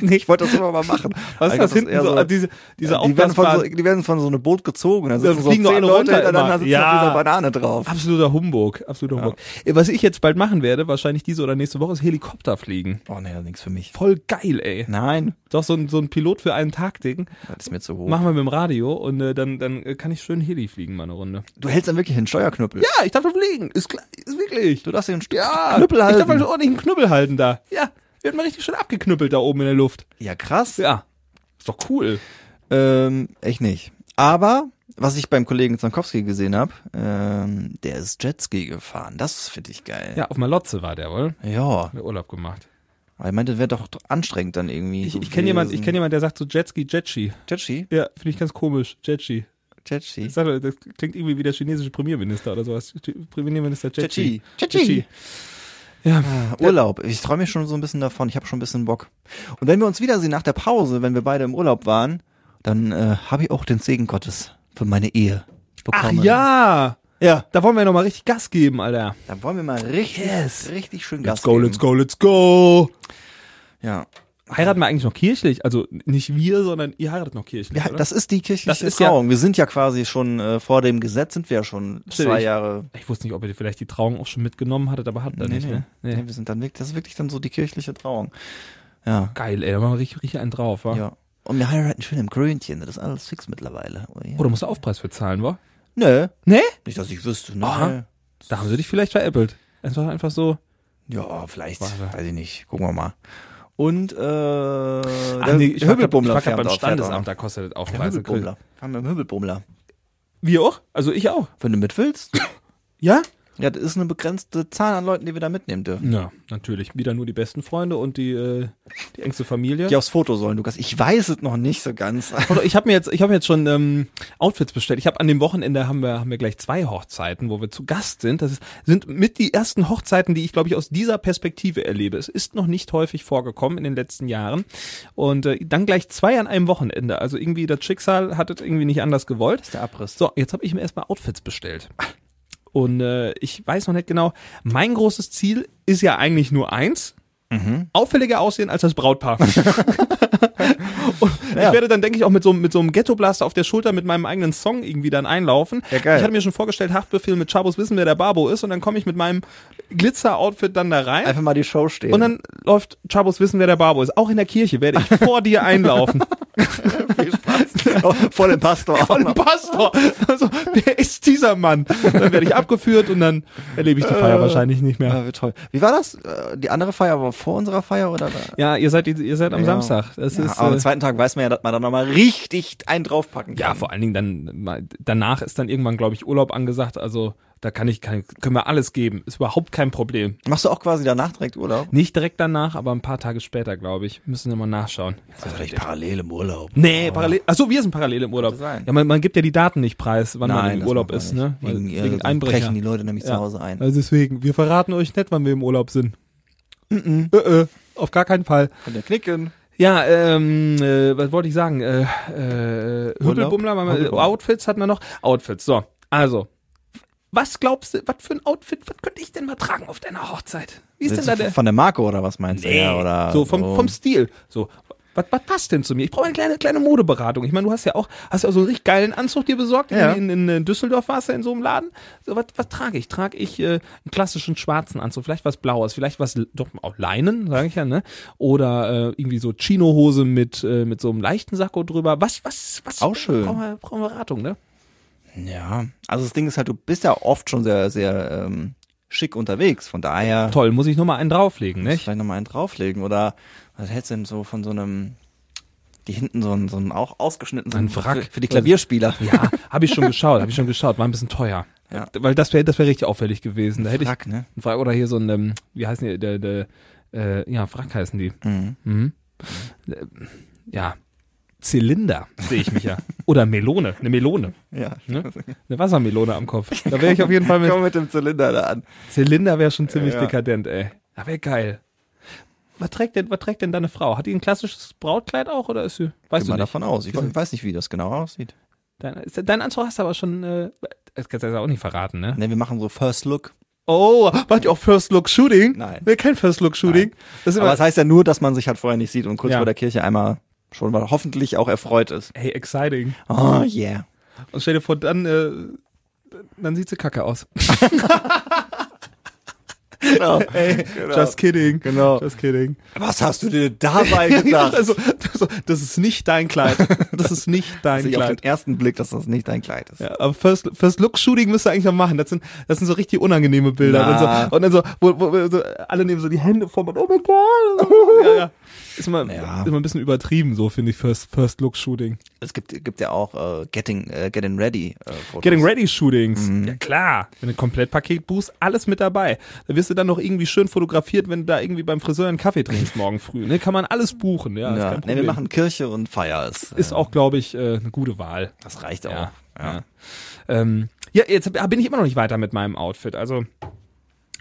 Speaker 2: Nee, ich wollte das immer mal machen.
Speaker 3: Was ist das hinten so? Ah,
Speaker 2: Die,
Speaker 3: diese diese
Speaker 2: die, werden von so,
Speaker 3: aufblasbaren-
Speaker 2: die werden von so einem Boot gezogen. Da
Speaker 3: Da
Speaker 2: sitzen so zehn
Speaker 3: fliegen doch alle
Speaker 2: Leute
Speaker 3: runter
Speaker 2: hintereinander,
Speaker 3: immer.
Speaker 2: sitzen
Speaker 3: Ja.
Speaker 2: auf dieser Banane drauf.
Speaker 3: Absoluter Humbug, absoluter Humbug. Äh, Was ich jetzt bald machen werde, wahrscheinlich diese oder nächste Woche, ist Helikopter fliegen.
Speaker 2: Oh nee, das ist nichts für mich.
Speaker 3: Voll geil, ey.
Speaker 2: Nein.
Speaker 3: Doch so ein, so ein Pilot für einen Tag Ding.
Speaker 2: Das ist mir zu hoch.
Speaker 3: Machen wir mit dem Radio und äh, dann, dann äh, kann ich schön Heli fliegen, mal eine Runde.
Speaker 2: Du hältst dann wirklich einen Steuerknüppel.
Speaker 3: Ja, ich darf doch fliegen. Ist, klar, ist wirklich.
Speaker 2: Du darfst den St
Speaker 3: Ja,
Speaker 2: Knüppel halten.
Speaker 3: Ich darf doch ordentlich einen Knüppel halten da. Ja, wird mal richtig schön abgeknüppelt da oben in der Luft.
Speaker 2: ja, krass.
Speaker 3: Ja. Ist doch cool.
Speaker 2: Ähm, ich nicht. Aber was ich beim Kollegen Zankowski gesehen habe, ähm, der ist Jetski gefahren. Das finde ich geil.
Speaker 3: Ja, auf Malotze war der wohl.
Speaker 2: Ja,
Speaker 3: Hat Urlaub gemacht.
Speaker 2: weil ich meinte, das wäre doch anstrengend dann irgendwie.
Speaker 3: Ich, ich kenne jemand, ich kenn jemand, der sagt so Jetski, Jetski.
Speaker 2: Jetski?
Speaker 3: Ja, finde ich ganz komisch. Jetski.
Speaker 2: Jetski.
Speaker 3: Ich sag doch, Das klingt irgendwie wie der chinesische Premierminister oder sowas. Premierminister Jetski.
Speaker 2: Jet Ski.
Speaker 3: Ja,
Speaker 2: Urlaub. Ich träume mir schon so ein bisschen davon. Ich habe schon ein bisschen Bock. Und wenn wir uns wiedersehen nach der Pause, wenn wir beide im Urlaub waren, dann äh, habe ich auch den Segen Gottes für meine Ehe
Speaker 3: Ach
Speaker 2: bekommen.
Speaker 3: ja.
Speaker 2: Ja.
Speaker 3: Da wollen wir nochmal richtig Gas geben, Alter.
Speaker 2: Dann wollen wir mal richtig,
Speaker 3: Yes.
Speaker 2: richtig schön Gas
Speaker 3: Let's go,
Speaker 2: geben.
Speaker 3: let's go, let's go.
Speaker 2: Ja.
Speaker 3: Heiraten wir eigentlich noch kirchlich? Also nicht wir, sondern ihr heiratet noch kirchlich.
Speaker 2: ja,
Speaker 3: oder?
Speaker 2: das ist die kirchliche
Speaker 3: Das ist ja-
Speaker 2: Trauung. wir sind ja quasi schon äh, vor dem Gesetz, sind wir ja schon
Speaker 3: Stimmt.
Speaker 2: zwei Jahre.
Speaker 3: ich wusste nicht, ob ihr vielleicht die Trauung auch schon mitgenommen hattet, aber habt ihr nicht, ne?
Speaker 2: Nee, wir sind dann wirklich, das ist wirklich dann so die kirchliche Trauung. Ja.
Speaker 3: Geil, ey, da machen wir richtig, richtig einen drauf, wa?
Speaker 2: Ja. Und wir heiraten schön im Grünchen, das ist alles fix mittlerweile. Oh, ja.
Speaker 3: Oh, da musst du Aufpreis für zahlen, wa?
Speaker 2: Nö,
Speaker 3: Ne?
Speaker 2: nicht, dass ich wüsste, ne?
Speaker 3: Aha. Da haben sie dich vielleicht veräppelt. Es war einfach so.
Speaker 2: Ja, vielleicht,
Speaker 3: Warte.
Speaker 2: weiß ich nicht, gucken wir mal. Und, äh,
Speaker 3: Ach
Speaker 2: der
Speaker 3: nee, ich war grad- ich war grad
Speaker 2: fährt
Speaker 3: beim
Speaker 2: auch, fährt
Speaker 3: Standesamt,
Speaker 2: auch.
Speaker 3: da kostet das
Speaker 2: Der
Speaker 3: Aufpreis.
Speaker 2: Hübelbummler. Haben wir im Hübelbummler.
Speaker 3: Wir auch? Also ich auch.
Speaker 2: Wenn du mit willst.
Speaker 3: Hm. Ja?
Speaker 2: Ja, das ist eine begrenzte Zahl an Leuten, die wir da mitnehmen dürfen.
Speaker 3: Ja, natürlich. Wieder nur die besten Freunde und die, äh, die engste Familie.
Speaker 2: Die aufs Foto sollen, Lukas. Ich weiß es noch nicht so ganz.
Speaker 3: Oder ich habe mir jetzt, ich habe jetzt schon ähm, Outfits bestellt. Ich habe an dem Wochenende haben wir haben wir gleich zwei Hochzeiten, wo wir zu Gast sind. Das ist, sind mit die ersten Hochzeiten, die ich glaube ich aus dieser Perspektive erlebe. Es ist noch nicht häufig vorgekommen in den letzten Jahren und äh, dann gleich zwei an einem Wochenende. Also irgendwie das Schicksal hat es irgendwie nicht anders gewollt.
Speaker 2: Der Abriss.
Speaker 3: So, jetzt habe ich mir erstmal Outfits bestellt. Und äh, ich weiß noch nicht genau, mein großes Ziel ist ja eigentlich nur eins.
Speaker 2: Mhm.
Speaker 3: Auffälliger aussehen als das Brautpaar. und ich werde dann, denke ich, auch mit so, einem- mit so einem Ghetto-Blaster auf der Schulter mit meinem eigenen Song irgendwie dann einlaufen.
Speaker 2: Ja, geil.
Speaker 3: Ich hatte mir schon vorgestellt, Haftbefehl mit Chabos wissen, wer der Barbo ist und dann komme ich mit meinem Glitzer-Outfit dann da rein.
Speaker 2: Einfach mal die Show stehen.
Speaker 3: und dann läuft Chabos wissen, wer der Barbo ist. Auch in der Kirche werde ich vor dir einlaufen.
Speaker 2: vor dem Pastor.
Speaker 3: von dem Pastor. Also, wer ist dieser Mann? Dann werde ich abgeführt und dann erlebe ich die Feier wahrscheinlich nicht mehr.
Speaker 2: Ja, Äh, ah, wie toll. Wie war das? Äh, Die andere Feier war vor unserer Feier oder?
Speaker 3: Ja, ihr seid, ihr seid am Samstag. Das
Speaker 2: ja,
Speaker 3: ist,
Speaker 2: aber am
Speaker 3: äh,
Speaker 2: zweiten Tag weiß man ja, dass man da nochmal richtig einen draufpacken
Speaker 3: ja,
Speaker 2: kann.
Speaker 3: vor allen Dingen dann, mal- danach ist dann irgendwann, glaube ich, Urlaub angesagt. Also, da kann ich, kann, können wir alles geben. Ist überhaupt kein Problem.
Speaker 2: Machst du auch quasi danach direkt Urlaub?
Speaker 3: Nicht direkt danach, aber ein paar Tage später, glaube ich. Müssen wir mal nachschauen.
Speaker 2: Das ist vielleicht parallel im Urlaub.
Speaker 3: Nee, parallel. Achso, wir sind parallel im Urlaub.
Speaker 2: Oh. Könnte sein.
Speaker 3: Ja, man, man gibt ja die Daten nicht preis, wann
Speaker 2: Nein,
Speaker 3: man im
Speaker 2: das macht
Speaker 3: Urlaub
Speaker 2: man
Speaker 3: ist,
Speaker 2: nicht.
Speaker 3: ne? Weil-
Speaker 2: Wegen- sonst brechen die Leute nämlich zu Hause ein.
Speaker 3: Also deswegen, wir verraten euch nicht, wann wir im Urlaub sind. Äh, äh, auf gar keinen Fall.
Speaker 2: Kann der knicken.
Speaker 3: Ja, ähm, äh, was wollte ich sagen? Äh, äh, Hübbelbummler, waren wir-
Speaker 2: Hübbelbummler.
Speaker 3: Outfits hatten wir noch. Outfits, so. Also, was glaubst du, was für ein Outfit, was könnte ich denn mal tragen auf deiner Hochzeit? Wie ist denn
Speaker 2: Willst
Speaker 3: da
Speaker 2: du
Speaker 3: der...
Speaker 2: Von der Marke oder was meinst du? Ja, oder
Speaker 3: so vom,
Speaker 2: oh.
Speaker 3: vom Stil. So, was, was passt denn zu mir? Ich brauche eine kleine, kleine Modeberatung. Ich meine, du hast ja auch, hast ja auch so einen richtig geilen Anzug dir besorgt.
Speaker 2: Ja.
Speaker 3: In, in, in Düsseldorf warst du ja in so einem Laden. So, was, was trage ich? Trage ich äh, einen klassischen schwarzen Anzug, vielleicht was Blaues, vielleicht was doch auch Leinen, sage ich ja, ne? Oder äh, irgendwie so Chinohose mit, äh, mit so einem leichten Sakko drüber. Was, was, was?
Speaker 2: Auch schön.
Speaker 3: Brauchen wir, brauchen wir Beratung, ne?
Speaker 2: Ja. Also das Ding ist halt, du bist ja oft schon sehr, sehr ähm, schick unterwegs. Von daher
Speaker 3: Toll, muss ich nochmal einen drauflegen, ne?
Speaker 2: Muss vielleicht nochmal einen drauflegen. Oder was hältst du denn so von so einem, die hinten so einen, so einen auch ausgeschnittenen
Speaker 3: Ein
Speaker 2: sind
Speaker 3: Wrack.
Speaker 2: Für, für die Klavierspieler.
Speaker 3: Ja, habe ich schon geschaut, habe ich schon geschaut, war ein bisschen teuer.
Speaker 2: Ja.
Speaker 3: Weil das wäre das wäre richtig auffällig gewesen. Da hätte ich
Speaker 2: Wrack, ne?
Speaker 3: Ein Wrack oder hier so ein, ähm, wie heißen die, der, der, äh, ja, Wrack heißen die.
Speaker 2: Mhm.
Speaker 3: Mhm. Äh, Ja, Zylinder sehe ich mich ja. Oder Melone, eine Melone,
Speaker 2: Ja.
Speaker 3: ne? eine Wassermelone am Kopf. Da wäre ich auf jeden Fall mit,
Speaker 2: Komm mit dem Zylinder da an.
Speaker 3: Zylinder wäre schon ziemlich
Speaker 2: Ja.
Speaker 3: dekadent, ey. Da wäre geil. Was trägt, denn, was trägt denn deine Frau? Hat die ein klassisches Brautkleid auch oder ist sie, weißt
Speaker 2: Geh
Speaker 3: du
Speaker 2: mal
Speaker 3: nicht?
Speaker 2: davon aus. Ich we- weiß nicht, wie das genau aussieht.
Speaker 3: Dein, ist, dein Anzug hast du aber schon, äh, das kannst du ja auch nicht verraten, ne?
Speaker 2: Ne, wir machen so First Look.
Speaker 3: Oh, macht ihr auch First Look Shooting?
Speaker 2: Nein.
Speaker 3: Nee, kein First Look Shooting. Das ist
Speaker 2: Aber
Speaker 3: immer,
Speaker 2: das heißt ja nur, dass man sich halt vorher nicht sieht und kurz
Speaker 3: Ja.
Speaker 2: vor der Kirche einmal schon mal hoffentlich auch erfreut ist.
Speaker 3: hey, exciting.
Speaker 2: Oh yeah.
Speaker 3: Und stell dir vor, dann, äh, dann sieht sie kacke aus.
Speaker 2: Genau. Ey,
Speaker 3: Just kidding.
Speaker 2: Genau.
Speaker 3: Just kidding.
Speaker 2: Was hast du dir dabei gedacht?
Speaker 3: also, das, das ist nicht dein Kleid. Das ist nicht dein
Speaker 2: Sehe ich auf
Speaker 3: Kleid.
Speaker 2: den ersten Blick, dass das nicht dein Kleid ist.
Speaker 3: Ja, aber First, First Look Shooting müsst ihr eigentlich noch machen. Das sind, das sind so richtig unangenehme Bilder.
Speaker 2: Na.
Speaker 3: Und, so, und dann so, wo, wo, wo, so, alle nehmen so die Hände vor und oh mein Gott. ja, ja. Ist mal,
Speaker 2: Ja.
Speaker 3: ist mal ein bisschen übertrieben, so finde ich, First, First Look Shooting.
Speaker 2: Es gibt, gibt ja auch äh, Getting, äh, Getting Ready äh, Fotos.
Speaker 3: Getting Ready Shootings.
Speaker 2: Mhm.
Speaker 3: Ja klar. Wenn du ein Komplettpaket buchst, alles mit dabei. Da wirst du dann noch irgendwie schön fotografiert, wenn du da irgendwie beim Friseur einen Kaffee trinkst morgen früh. Ne, kann man alles buchen. Ja, Ist,
Speaker 2: Ja,
Speaker 3: kein
Speaker 2: nee,
Speaker 3: Problem.
Speaker 2: wir machen Kirche und Feier ist.
Speaker 3: ist auch, glaube ich, äh, eine gute Wahl.
Speaker 2: das reicht
Speaker 3: Ja.
Speaker 2: auch. Ja.
Speaker 3: Ja. Ähm, ja, jetzt hab- bin ich immer noch nicht weiter mit meinem Outfit. Also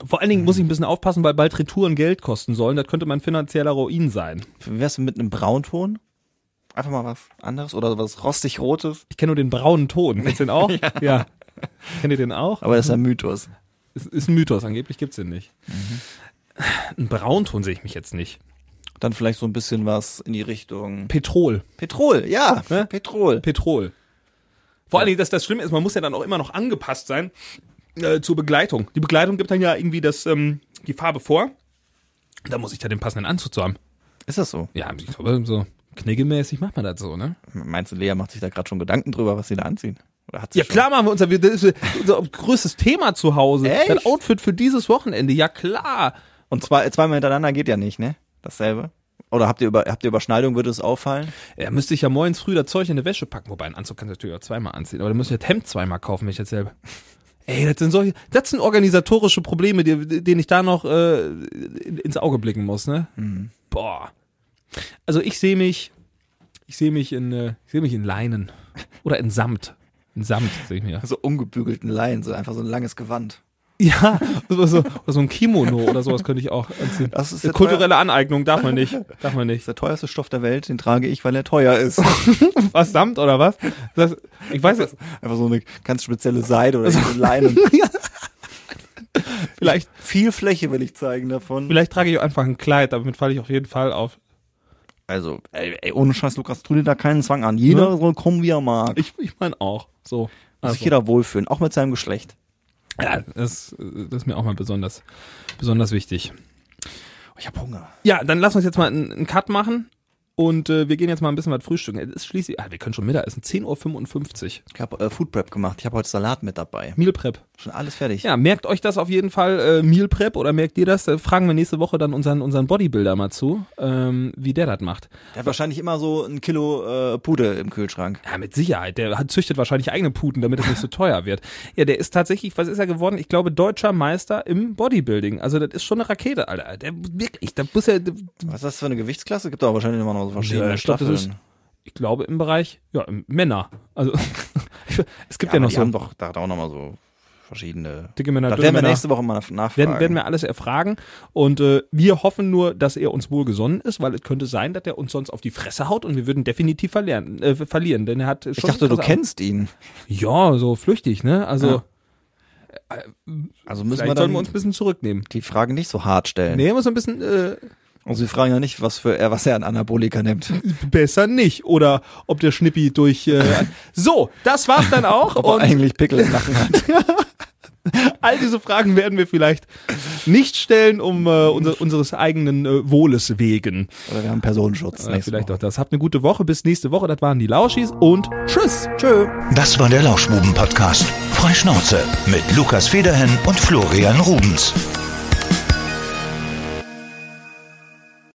Speaker 3: vor allen Dingen muss ich ein bisschen aufpassen, weil bald Retouren Geld kosten sollen. Das könnte mein finanzieller Ruin sein.
Speaker 2: Wie wär's mit einem Braunton? Einfach mal was anderes oder was rostig rotes,
Speaker 3: Ich kenne nur den braunen Ton. Kennst du den auch? ja. Kennt ihr den auch?
Speaker 2: aber das ist ein Mythos.
Speaker 3: Ist, ist ein Mythos. Angeblich gibt's den nicht.
Speaker 2: Mhm.
Speaker 3: Ein Braunton sehe ich mich jetzt nicht.
Speaker 2: Dann vielleicht so ein bisschen was in die Richtung
Speaker 3: Petrol.
Speaker 2: Petrol, ja,
Speaker 3: Ne?
Speaker 2: Petrol.
Speaker 3: Petrol. Vor allen Dingen, dass das Schlimme ist, man muss ja dann auch immer noch angepasst sein äh, zur Begleitung. Die Begleitung gibt dann ja irgendwie das, ähm, die Farbe vor. Da muss ich ja den passenden Anzug zu haben.
Speaker 2: Ist das so?
Speaker 3: Ja, ich glaube, so kniggemäßig macht man das so, ne?
Speaker 2: Meinst du, Lea macht sich da gerade schon Gedanken drüber, was sie da anziehen? Oder hat sie
Speaker 3: Ja,
Speaker 2: schon?
Speaker 3: klar machen wir uns ja, das ist unser größtes Thema zu Hause.
Speaker 2: Echt?
Speaker 3: Dein Outfit für dieses Wochenende, ja klar.
Speaker 2: Und zwei, zweimal hintereinander geht ja nicht, ne? Dasselbe. Oder habt ihr über habt ihr Überschneidung, würde es auffallen?
Speaker 3: Ja, müsste ich ja morgens früh das Zeug in eine Wäsche packen. Wobei, einen Anzug kannst du natürlich auch zweimal anziehen. Aber dann müsste ich das Hemd zweimal kaufen, wenn ich jetzt selber. Ey, das sind solche, das sind organisatorische Probleme, die, denen ich da noch äh, in- ins Auge blicken muss, ne? Boah. Also ich sehe mich, ich sehe mich in, äh, ich sehe mich in Leinen. Oder in Samt. In Samt sehe ich mir.
Speaker 2: So ungebügelten Laien, so einfach so ein langes Gewand.
Speaker 3: Ja, oder so, oder so ein Kimono oder sowas könnte ich auch anziehen.
Speaker 2: Das ist der
Speaker 3: Kulturelle Aneignung darf man nicht. Darf man nicht.
Speaker 2: Das ist der teuerste Stoff der Welt, den trage ich, weil er teuer ist.
Speaker 3: Was, Samt oder was? Das, ich weiß jetzt,
Speaker 2: Einfach so eine ganz spezielle Seide oder so Leinen.
Speaker 3: vielleicht,
Speaker 2: Viel Fläche will ich zeigen davon.
Speaker 3: vielleicht trage ich auch einfach ein Kleid, damit falle ich auf jeden Fall auf.
Speaker 2: Also, ey, ey, ohne Scheiß, Lukas, tu dir da keinen Zwang an. Jeder
Speaker 3: Ne?
Speaker 2: soll kommen, wie er mag.
Speaker 3: Ich, ich meine auch. So.
Speaker 2: Muss
Speaker 3: Also,
Speaker 2: sich jeder wohlfühlen, auch mit seinem Geschlecht.
Speaker 3: ja, das, äh, das ist mir auch mal besonders, besonders wichtig.
Speaker 2: Oh, Ich habe Hunger.
Speaker 3: Ja, dann lass uns jetzt mal einen, einen Cut machen. Und äh, wir gehen jetzt mal ein bisschen was frühstücken. Es ist schließlich, ah, wir können schon Mittag essen. 10.55 Uhr.
Speaker 2: Ich habe äh, Food Prep gemacht. Ich habe heute Salat mit dabei.
Speaker 3: Meal Prep.
Speaker 2: Schon alles fertig.
Speaker 3: Ja, merkt euch das auf jeden Fall, äh, Meal Prep oder merkt ihr das? Äh, fragen wir nächste Woche dann unseren, unseren Bodybuilder mal zu, ähm, wie der das macht.
Speaker 2: Der hat wahrscheinlich immer so ein Kilo äh, Pude im Kühlschrank.
Speaker 3: Ja, mit Sicherheit. Der hat, züchtet wahrscheinlich eigene Puten, damit es nicht so teuer wird. Ja, der ist tatsächlich, was ist er geworden? Ich glaube, deutscher Meister im Bodybuilding. Also, das ist schon eine Rakete, Alter. Der, wirklich, da muss er,
Speaker 2: Was ist das für eine Gewichtsklasse? Gibt doch wahrscheinlich immer noch so verschiedene
Speaker 3: ich glaub, das
Speaker 2: Staffeln.
Speaker 3: ist- ich glaube, im Bereich, ja, im Männer. Also, ich- es gibt
Speaker 2: ja, aber
Speaker 3: ja, noch
Speaker 2: die
Speaker 3: so
Speaker 2: haben doch da hat auch noch mal so verschiedene.
Speaker 3: dicke Männer,
Speaker 2: Da
Speaker 3: dünne
Speaker 2: werden wir
Speaker 3: Männer.
Speaker 2: nächste Woche mal nachfragen.
Speaker 3: Werden, werden wir alles erfragen. Und äh, wir hoffen nur, dass er uns wohlgesonnen ist, weil es könnte sein, dass er uns sonst auf die Fresse haut und wir würden definitiv verlieren. Äh, verlieren denn er hat schon
Speaker 2: ich dachte, du
Speaker 3: krasse-
Speaker 2: kennst ihn.
Speaker 3: Ja, so flüchtig, ne? Also,
Speaker 2: Ja. Also müssen
Speaker 3: vielleicht
Speaker 2: wir
Speaker 3: sollen
Speaker 2: dann
Speaker 3: wir uns ein bisschen zurücknehmen.
Speaker 2: die Fragen nicht so hart stellen.
Speaker 3: Nee, muss ein bisschen äh,
Speaker 2: Also wir fragen ja nicht, was für er, was er an Anabolika nimmt.
Speaker 3: besser nicht. Oder ob der Schnippi durch. Äh, so, das war's dann auch.
Speaker 2: Ob er
Speaker 3: und
Speaker 2: eigentlich Pickel im Nacken hat.
Speaker 3: all diese Fragen werden wir vielleicht nicht stellen, um äh, unser, unseres eigenen äh, Wohles wegen.
Speaker 2: Oder wir haben Personenschutz.
Speaker 3: Äh,
Speaker 2: nächste
Speaker 3: vielleicht
Speaker 2: Woche.
Speaker 3: auch das. Habt eine gute Woche. Bis nächste Woche. Das waren die Lauschis und tschüss. Tschö.
Speaker 1: Das war der Lauschbuben-Podcast. Freischnauze mit Lukas Federhen und Florian Rubens.